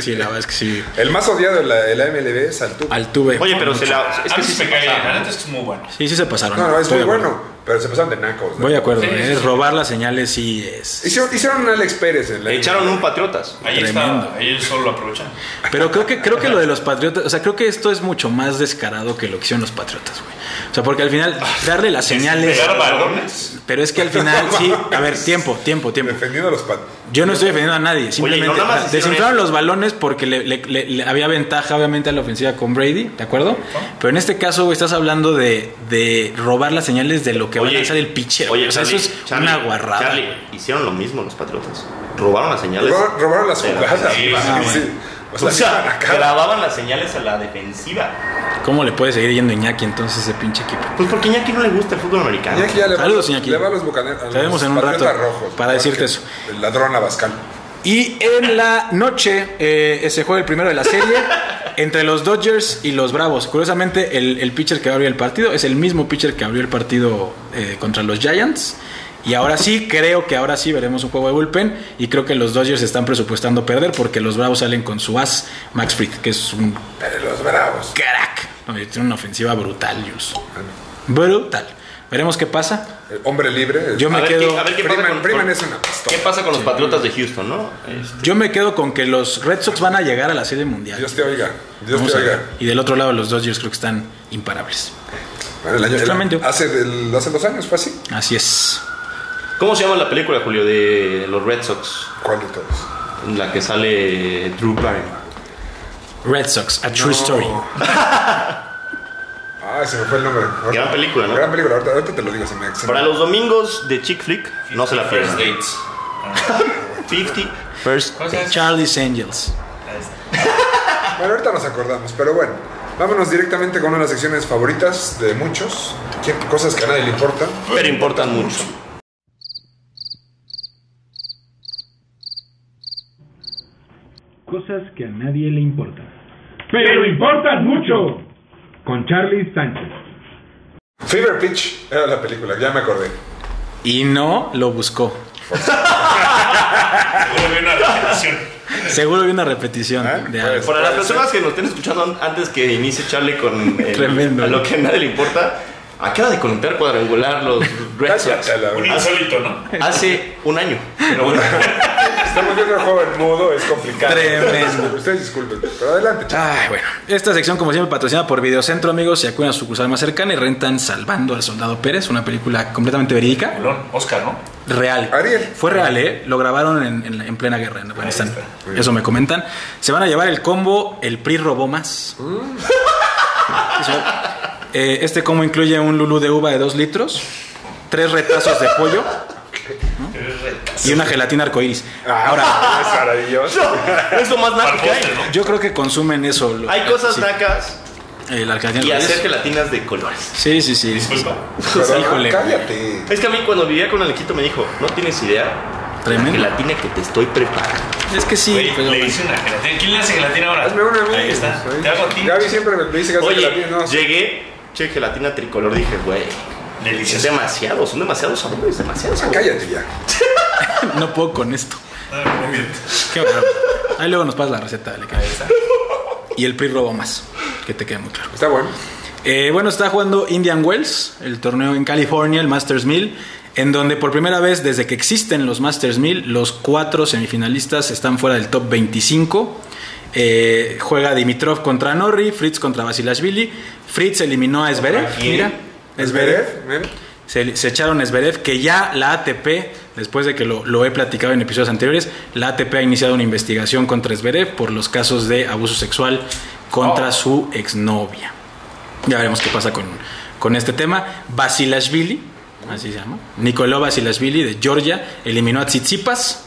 C: Sí, la verdad es que sí.
A: El más odiado de la, de la MLB es al tuve.
C: Al tuve.
B: Oye, pero se la. Es
D: A
B: que
D: mí
B: sí se
D: me cae bien, la
B: pasaron.
D: neta es que es muy bueno.
C: Sí, sí se pasaron.
A: No, no, es
C: Estoy
A: muy
C: de acuerdo.
A: bueno, pero se pasaron de nacos. ¿no?
C: Voy de acuerdo,
D: Sí,
C: ¿eh?
D: sí, sí.
C: robar las señales sí es.
A: Hicieron, hicieron un Alex Pérez en la
B: Echaron un patriotas.
D: Ahí
C: Tremendo.
D: está, ellos solo lo aprovechan.
C: Pero creo que creo que lo de los patriotas, o sea, creo que esto es mucho más descarado que lo que hicieron los patriotas, güey. O sea, porque al final darle las señales,
D: Pegar balones.
C: pero es que al final sí, a ver, tiempo, tiempo, tiempo.
A: Defendiendo a los pat-
C: Yo no estoy defendiendo a nadie, simplemente
B: nada más hicieron
C: desinflaron los balones porque le, le- le- le había ventaja obviamente a la ofensiva con Brady, ¿de acuerdo? Pero en este caso güey, estás hablando de, de robar las señales de lo que va a lanzar el pitcher.
B: Oye,
C: o sea,
B: Charlie,
C: eso es
B: Charlie,
C: una guarrada.
B: Charlie, hicieron lo mismo los patriotas. Robaron las señales.
A: Robaron, robaron las
B: de la
A: jugadas.
B: ofensiva.
C: Ah,
A: sí, sí. O sea,
B: O
A: iban
B: sea,
A: a cara.
B: grababan las señales a la defensiva.
C: ¿Cómo le puede seguir yendo Iñaki entonces ese pinche equipo?
B: Pues porque Iñaki no le gusta el fútbol americano.
A: Iñaki ya le va-
C: Saludos, Iñaki.
A: Le va a los bucaneros. a
C: Te vemos
A: los
C: en un rato
A: Patriotas rojos,
C: para decirte eso.
A: El ladrón Abascal.
C: Y en la noche eh, se juega el primero de la serie entre los Dodgers y los Bravos. Curiosamente, el, el pitcher que abrió el partido es el mismo pitcher que abrió el partido eh, contra los Giants. Y ahora sí, creo que ahora sí veremos un juego de bullpen. Y creo que los Dodgers están presupuestando perder porque los Bravos salen con su as, Max Fried, que es un
A: Pero eh, los bravos.
C: crack. No, tiene una ofensiva brutal, Jules. Brutal. Veremos qué pasa.
A: El hombre libre.
C: Yo
B: A
C: me
B: ver
C: quedo.
B: qué- a ver qué pasa
A: Freeman-
B: con-
A: Freeman
B: con-
A: es una pistola.
B: ¿Qué pasa con los patriotas de Houston, no?
C: Yo me quedo con que los Red Sox van a llegar a la serie mundial.
A: Dios te oiga. Dios
C: Vamos
A: te
C: a
A: oiga.
C: ver. Y del otro lado los Dodgers creo que están imparables.
A: Bueno, el año- el-
C: Exactamente.
A: hace, del- hace dos años fue así.
C: Así es.
B: ¿Cómo se llama la película, Julio, de los Red Sox?
A: ¿Cuál de todos?
B: En la que sale Drew Barrymore.
C: Red Sox, a true story.
A: Ah, se me fue el nombre. Ahorita-
B: Gran película, ¿no?
A: Gran película. Ahorita, ahorita te lo digo. Se me, se me-
B: Para los domingos de Chick Flick, no se la
D: First
B: pierdan.
D: dates.
B: 50 First
D: ¿Cuál es esa?
C: Charlie's Angels.
A: Bueno, ahorita nos acordamos. Pero bueno, vámonos directamente con una de las secciones favoritas de muchos. que- Cosas que a nadie le importan.
B: Pero importan mucho.
G: Cosas que a nadie le importan.
F: Pero importan
G: mucho. Con Charlie Sánchez.
A: Fever Pitch era la película. Ya me acordé.
C: Y no lo buscó.
D: Seguro vi una repetición.
C: Seguro vi una repetición
A: ¿Eh?
C: de algo.
B: Para las personas que nos estén escuchando an- antes que inicie Charlie con el-
C: Tremendo.
B: a lo que a nadie le importa, acaba de conectar cuadrangular los Red Sox.
A: Cállate, la
D: Un
A: verdad.
D: insólito, ¿no?
B: Hace un año. Pero bueno,
A: Estamos viendo el juego en mudo. Es complicado.
C: Tremendo.
A: Ustedes disculpen. Pero adelante, chicos.
C: Ay, bueno. Esta sección, como siempre, patrocinada por Videocentro, amigos. Se acuden a su sucursal más cercana y rentan Salvando al Soldado Pérez, una película completamente verídica.
D: Colón, Oscar, ¿no?
C: Real.
A: Ariel.
C: Fue real, ¿eh? Lo grabaron en, en la- en plena guerra en Afganistán. Eso me comentan. Se van a llevar el combo El PRI robó más. Eso. Eh, este combo incluye un lulú de uva de 2 litros, tres retazos de pollo ¿no? y una gelatina arcoíris. Ahora,
A: Ah, Es maravilloso.
B: es lo más naco que hay.
D: Postre, ¿no?
C: yo creo que consumen eso. lo-
B: Hay cosas
C: sí,
B: nacas
C: eh, la gelatina
B: y
C: arcoíris.
B: hacer gelatinas de colores.
C: Sí, sí, sí.
D: Disculpa.
C: Híjole.
A: Cállate.
B: Es que a mí cuando vivía con Alejito me dijo, no tienes idea
C: Tremendo.
B: La gelatina que te estoy preparando.
C: Es que sí.
F: Güey,
C: pero-
F: le hice una gelatina. ¿Quién le hace gelatina ahora?
A: pues, Hazme una a mí.
F: Ahí está.
A: Soy-
F: Te hago a ti.
A: Gaby siempre me dice que hace
B: Oye,
A: gelatina, no.
B: llegué, che, gelatina tricolor, dije, güey. Es
F: Delicioso.
B: demasiado, son demasiados sabores, demasiados
A: Ah,
B: sabores.
A: cállate ya.
C: no puedo con esto.
F: Ah, muy bien.
C: Qué horror. Ahí luego nos pasas la receta, le cae. Y el PRI robó más, que te quede muy claro.
A: Está bueno.
C: Eh, bueno, está jugando Indian Wells, el torneo en California, el Masters 1000, en donde por primera vez desde que existen los Masters 1000, los cuatro semifinalistas están fuera del top 25. Eh, juega Dimitrov contra Norri, Fritz contra Vasilashvili. Fritz eliminó a Zverev.
B: quién?
C: Mira, Zverev.
A: Esberet, mira.
C: Se, se echaron a Zverev, que ya la ATP, después de que lo, lo he platicado en episodios anteriores, la ATP ha iniciado una investigación contra Zverev por los casos de abuso sexual contra
F: Oh.
C: su exnovia. Ya veremos qué pasa con, con este tema. Basilashvili, así se llama, Nicoló Basilashvili de Georgia, eliminó a Tsitsipas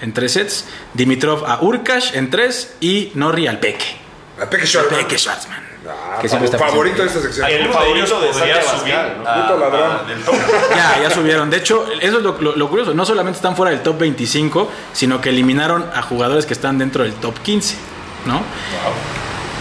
C: en tres sets, Dimitrov a Urkash en tres y Norri al Peque.
A: La Peque Schwartzman.
C: Peque Schwarzman.
A: Ah,
C: Que siempre está
A: favorito de esta sección.
B: El favorito de Santi Abascal, ¿no?
C: Ah,
A: Puto ladrón.
F: del top.
C: Ya, ya subieron. De hecho, eso es lo, lo- lo curioso. No solamente están fuera del top 25, sino que eliminaron a jugadores que están dentro del top 15, ¿no?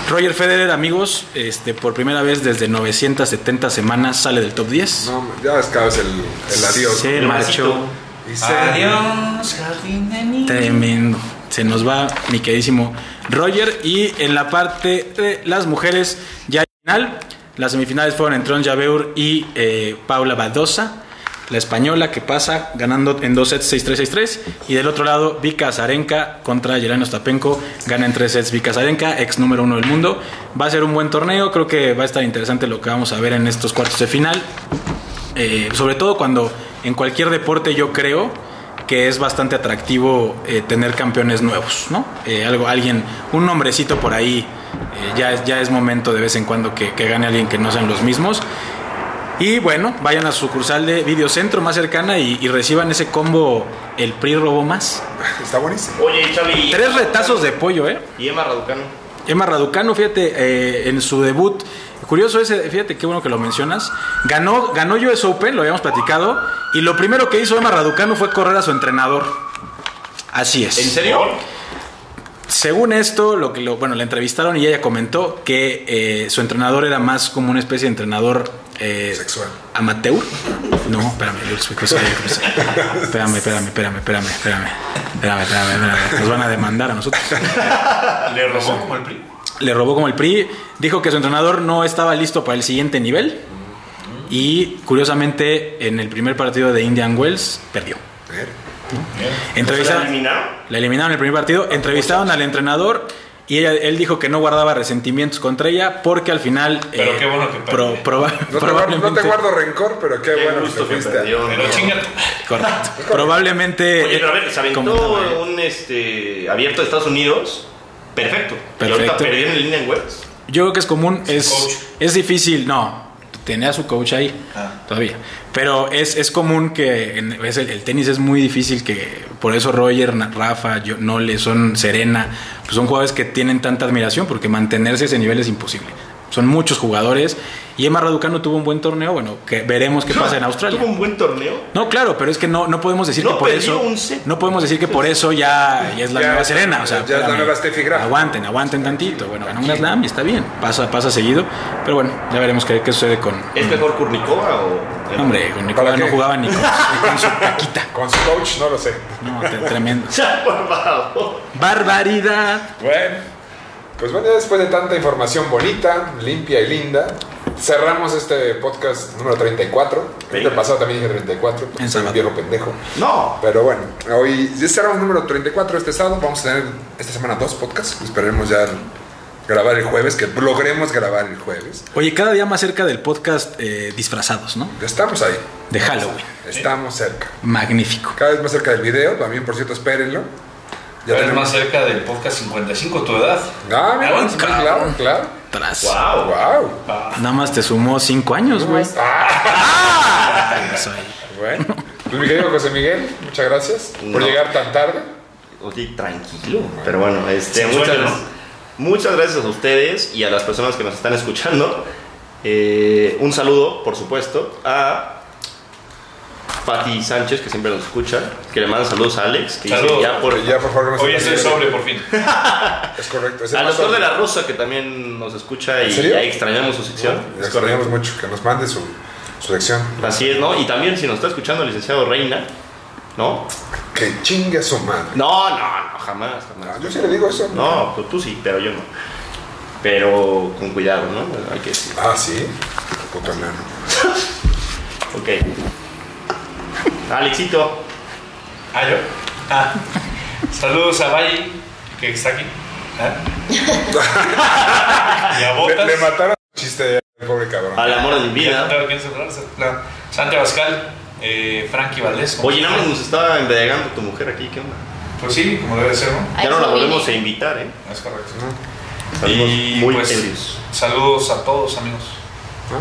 C: Roger Federer, amigos, este, por primera vez desde 970 semanas sale del top 10.
A: No, ya es cada vez el, el adiós.
C: Se
B: El
C: marchó.
B: vasito.
A: Y se-
F: Adiós, jardín de niños.
C: Tremendo. Se nos va mi queridísimo Roger. Y en la parte de las mujeres, ya hay final. Las semifinales fueron entre Ons Jabeur y eh, Paula Badosa. La española que pasa ganando en dos sets 6-3, 6-3. Y del otro lado, Vika Zarenka contra Yelena Ostapenko. Gana en tres sets Vika Zarenka, ex número uno del mundo. Va a ser un buen torneo. Creo que va a estar interesante lo que vamos a ver en estos cuartos de final. Eh, sobre todo cuando en cualquier deporte yo creo que es bastante atractivo eh, tener campeones nuevos, ¿no? Eh, algo, alguien, un nombrecito por ahí, eh, ya, es, ya es momento de vez en cuando que, que gane alguien que no sean los mismos. Y bueno, vayan a su sucursal de Videocentro más cercana y, y reciban ese combo el PRI robó más.
A: Está buenísimo.
B: Oye, Charlie.
C: Tres retazos de pollo, ¿eh?
B: Y Emma Raducano.
C: Emma Raducano, fíjate, eh, en su debut, curioso ese, fíjate qué bueno que lo mencionas, ganó, ganó US Open, lo habíamos platicado, y lo primero que hizo Emma Raducano fue correr a su entrenador. Así es.
B: ¿En serio?
C: Según esto, lo que lo, bueno, la entrevistaron y ella comentó que eh, su entrenador era más como una especie de entrenador eh,
A: Sexual.
C: amateur. No, espérame, yo explico eso, yo creo que sí. Espérame, espérame, espérame, espérame, espérame. Espérame, espérame, espérame. Nos van a demandar a nosotros.
F: Le robó como el PRI.
C: Le robó como el PRI. Dijo que su entrenador no estaba listo para el siguiente nivel. Y curiosamente, en el primer partido de Indian Wells, perdió.
A: Ver.
B: ¿La
C: Entrevistaron.
B: eliminaron?
C: La eliminaron en el primer partido, entrevistaron al entrenador y ella- él dijo que no guardaba resentimientos contra ella porque al final... eh,
F: Pero qué bueno que perdió.
A: No
C: proba-
A: te, guardo,
C: probablemente,
A: no te guardo rencor, pero qué,
B: Qué
A: bueno que
B: gusto
A: te
B: que
A: fuiste.
B: perdió.
F: Pero
B: ¿no?
F: chinga tu-
C: Correcto. Probablemente...
B: Oye, pero a ver, se
C: como-
B: aventó un este, abierto de Estados Unidos. Perfecto. Y ahorita
C: Perfecto.
B: perdieron en línea en Wells.
C: Yo creo que es común,
F: coach.
C: es, es difícil, no. Tenía a su coach ahí todavía. Pero es, es común que en- es el, el tenis es muy difícil que por eso Roger, Na- Rafa, yo, Nole, son Serena, pues son jugadores que tienen tanta admiración porque mantenerse a ese nivel es imposible. Son muchos jugadores y Emma Raducano tuvo un buen torneo, bueno, que veremos qué pasa en Australia.
B: Tuvo un buen torneo.
C: No, claro, pero es que no, no podemos decir
B: No
C: que por
B: perdió
C: eso
B: un set.
C: no podemos decir que por eso ya, ya es la
A: Ya
C: nueva
A: es-
C: Serena, o sea,
A: ya es la
C: espérame.
A: nueva Steffi Graf.
C: Aguanten, aguanten tantito. Bueno, ganó una slam y está bien. Pasa pasa seguido, pero bueno, ya veremos qué, qué sucede con
B: ¿Es mejor Kurnikova o.?
C: Hombre, con Nicolás
A: ¿Para
C: no
A: qué?
C: jugaba ni con, ni con su taquita.
A: Con su coach, no lo sé.
C: No, te- tremendo.
B: Por favor.
C: Barbaridad.
A: Bueno, pues bueno, ya después de tanta información bonita, limpia y linda, cerramos este podcast número 34. El
B: Venga.
A: Este pasado también dije 34, porque
C: En
A: soy un
C: sábado.
A: viejo pendejo.
B: No.
A: Pero bueno, hoy ya cerramos número 34 este sábado. Vamos a tener esta semana dos podcasts. Esperemos ya grabar el jueves, que logremos grabar el jueves.
C: Oye, cada día más cerca del podcast eh, disfrazados, ¿no?
A: Estamos ahí,
C: De Halloween.
A: estamos cerca.
C: Magnífico.
A: Cada vez más cerca del video, también por cierto, espérenlo.
F: Ya eres más cerca del podcast 55, tu edad.
A: Ah, mira,
F: Ah,
A: sí,
F: cabrón.
A: claro, claro.
C: Tras.
B: Wow.
A: Wow.
C: Nada más te sumó cinco años, güey. Ah, soy-
A: Bueno, pues mi querido José Miguel, muchas gracias por
B: No.
A: llegar tan tarde.
B: Oye, tranquilo. Pero bueno, este,
F: Sin
B: muchas,
F: sueño,
B: gracias- muchas gracias a ustedes y a las personas que nos están escuchando. Eh, un saludo, por supuesto, a Pati Sánchez, que siempre nos escucha, que le manda saludos a Alex, que dice
D: Saludos.
B: ya por...
A: Ya, por favor, no se
D: Hoy ya
A: olviden.
D: estoy sobre por fin.
A: Es correcto. es el
B: Al
A: más
B: doctor de
A: sobre.
B: la Rosa, que también nos escucha y
A: ¿En serio?
B: ya extrañamos su sección.
A: Les extrañamos mucho que nos mande su, su lección.
B: Así es, ¿no? Y también si nos está escuchando el licenciado Reina, ¿no?
A: Que chingue a su madre.
B: No, no,
D: Ah,
B: no, jamás, jamás.
A: Ah, Yo sí le digo eso.
B: No, pues tú sí, pero yo no. Pero con cuidado, ¿no? Hay que decir.
A: Ah, sí. Puto enano.
B: Ok. Alexito.
D: Ah, yo. Ah. Saludos a Valle, que está aquí. Ah. y a
A: Le,
D: Botas.
A: le mataron el chiste de pobre cabrón.
B: Al amor de mi
D: Ya no
B: vida.
D: tengo quién se abraza. No. Santi Abascal, eh, Frankie Valdés.
B: Oye, nada más nos está embedegando tu mujer aquí, ¿qué onda?
D: Pues sí, como debe ser, ¿no?
E: A
B: Ya no
E: eso
B: la volvemos a
E: vine.
B: invitar, ¿eh?
D: Es correcto.
B: Salimos
D: Y,
B: muy
D: pues,
B: ebrios.
D: Saludos a todos, amigos.
A: Ah,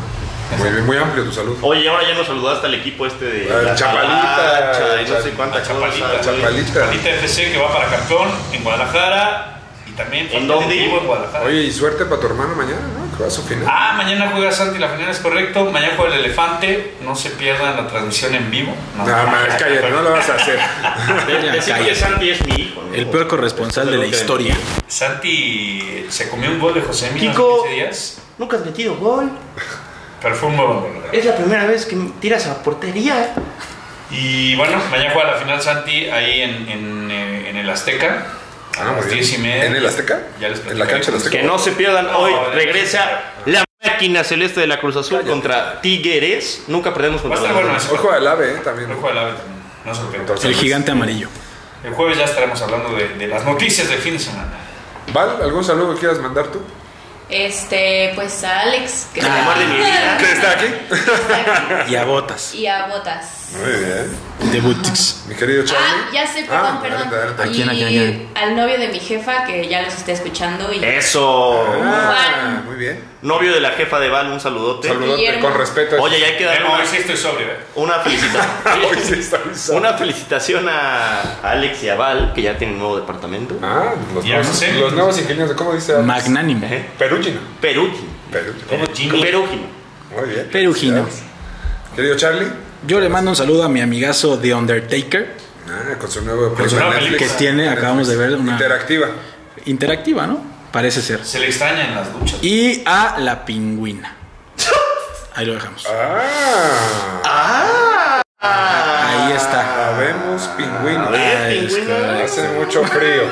A: Muy bien, muy amplio tu salud.
B: Oye, ahora ya nos saludaste al equipo este de
A: Ah,
B: la
A: Chapalita,
B: Talacha y no
A: Chap-
B: sé cuánta
D: la Chapalita,
B: cosa, güey.
A: Chapalita.
D: Patita FC que va para campeón en Guadalajara y también
B: ¿En
D: Facultativo
B: dónde?
D: en Guadalajara.
A: Oye, y suerte para tu hermano mañana, ¿no? Que va a su final.
D: Ah, mañana juega Santi la final, es correcto. Mañana juega el elefante. No se pierdan la transmisión en vivo.
A: No, ma, cállate, no lo vas a hacer.
B: De- Decir que
C: Cállate.
B: Santi es mi hijo. ¿no?
C: El peor corresponsal de la historia.
D: Santi se comió un gol de José Miguel hace
B: Kiko.
D: 15 días,
B: Nunca has metido gol.
D: pero fue un buen gol. la verdad.
B: Es la primera vez que tiras a la portería. ¿eh?
D: Y bueno, mañana juega la final Santi ahí en, en, eh, en el Azteca a
A: Ah, muy
D: las
A: bien.
D: 10 y media.
A: ¿En el Azteca?
D: Ya les
A: ¿En la cancha del Azteca?
B: Que no se pierdan
D: No,
B: hoy.
D: no, no,
B: Regresa
D: no,
B: la máquina celeste de la Cruz Azul contra Tigres. Nunca perdemos
D: Va a
B: contra
D: estar
B: la
D: bueno
B: Cruz
D: eso.
A: Hoy juega el AVE, ¿eh? También.
D: Hoy juega el Ave también. No se lo pierdan.
A: Entonces,
C: El gigante amarillo.
D: El jueves ya estaremos hablando de, de las noticias del fin de semana.
A: Val, ¿algún saludo que quieras mandar tú?
E: Este, pues a Alex, que
B: Azul. El amor de mi vida.
A: ¿Que está aquí?
C: Y a botas.
E: y a Botas.
A: Muy bien.
C: De boutiques.
A: Mi querido Charlie.
E: Ah, ya sé, perdón,
A: Ah,
E: perdón.
A: adelante, adelante.
C: ¿A quién, a quién, a
E: Y
C: quién?
E: al novio de mi jefa, que ya los está escuchando. Y
B: Eso.
A: Ah, muy bien.
B: Novio de la jefa de Val, un saludote.
A: Saludote
E: Guillermo.
A: con respeto.
B: Oye, ya hay que
D: Ya
B: dar
D: no,
B: una,
D: hoy sí estoy sobrio, ¿eh?
B: una
A: Hoy sí
B: felicitación.
A: está avisado.
B: Una felicitación a Alex y a Val, que ya tienen nuevo departamento.
A: Ah, los
D: Y a
A: nuevos,
D: José.
A: los nuevos ingenieros. ¿Cómo dice? Alex?
C: Magnánime.
B: Ajá.
A: Perugino.
B: Perugino.
A: Perugino.
D: Jimmy.
B: Perugino.
A: Muy bien.
C: Perugino.
A: Querido Charlie.
C: Yo le mando un saludo a mi amigazo The Undertaker,
A: Ah, con su nuevo
D: Con su
A: programa
D: nueva
A: Netflix.
C: que
D: Netflix.
C: tiene, acabamos de ver, una
A: Interactiva.
C: interactiva, ¿no? Parece ser.
D: Se le extraña en las duchas.
C: Y a la pingüina. Ahí lo dejamos.
A: Ah,
C: Ahí está.
A: sabemos pingüino.
D: Ah,
B: Bien,
C: Ay,
B: pingüina.
A: Hace mucho frío.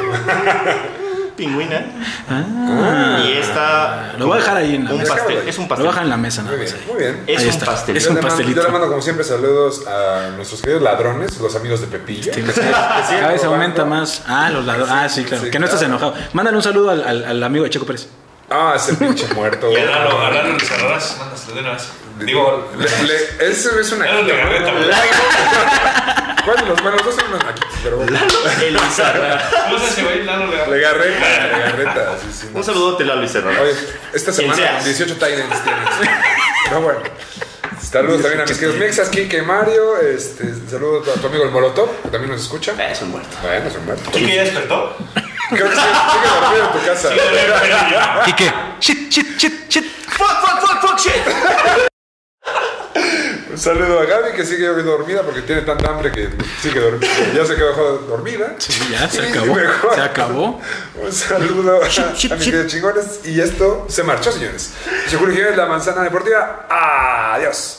B: Pingüina.
D: Ah.
B: Y esta.
C: Lo voy a dejar ahí en la
B: Un
C: mesa.
B: pastel. Es un
C: Lo voy
B: pastel.
C: a dejar en la mesa
A: Muy
C: nada más.
A: bien,
C: ahí.
A: muy bien.
B: Es
C: Ahí
B: un
C: está.
B: pastel.
C: Es
A: yo,
C: un
A: le mando, yo
C: pastelito.
A: le mando como siempre saludos a nuestros queridos ladrones, los amigos de Pepillo.
C: Sí,
A: Que
C: sí.
A: siguen
C: Cada vez
A: robando.
C: aumenta más. Ah, los ladrones. Ah, sí, claro.
A: sí,
C: Que no estás
A: claro.
C: enojado. Mándale un saludo al, al- al amigo de Checo Pérez.
A: Ah, ese pinche muerto.
D: Y a Lalo, a Lalo le saludas, mándaselo de una vez. Digo,
A: Le- le- ese es una.
D: Lalo de Garreta.
A: ¿Cuál de los buenos? Dos son unos aquí, pero bueno.
B: Elizarra.
D: ¿Cómo se ese güey? Lalo le
A: Le garreta, le garreta. Sí, sí,
B: Un saludote, Lalo y Serrano.
A: Oye, esta semana
B: seas.
A: 18 Titans tienes. No, bueno. Saludos también a mis queridos Mexas, Kike, Mario. Este, saludos a tu amigo el Molotov, que también nos escucha.
B: Eh, Es un muerto.
A: Bueno, es un muerto.
D: ¿Quién que ya despertó?
A: Creo que sí, sigue dormido en tu casa.
C: ¿Y qué? Shit, shit, shit, shit.
B: Fuck, fuck, fuck, fuck, shit.
A: Un saludo a Gaby, que sigue dormida porque tiene tanta hambre que sigue dormida. Ya se quedó dormida.
C: Sí, ya se
A: Y
C: acabó.
A: mejor-
C: Se acabó.
A: Un saludo a, a mis queridos chingones. Y esto se marchó, señores. Yo Julio Jiménez, La Manzana Deportiva. Adiós.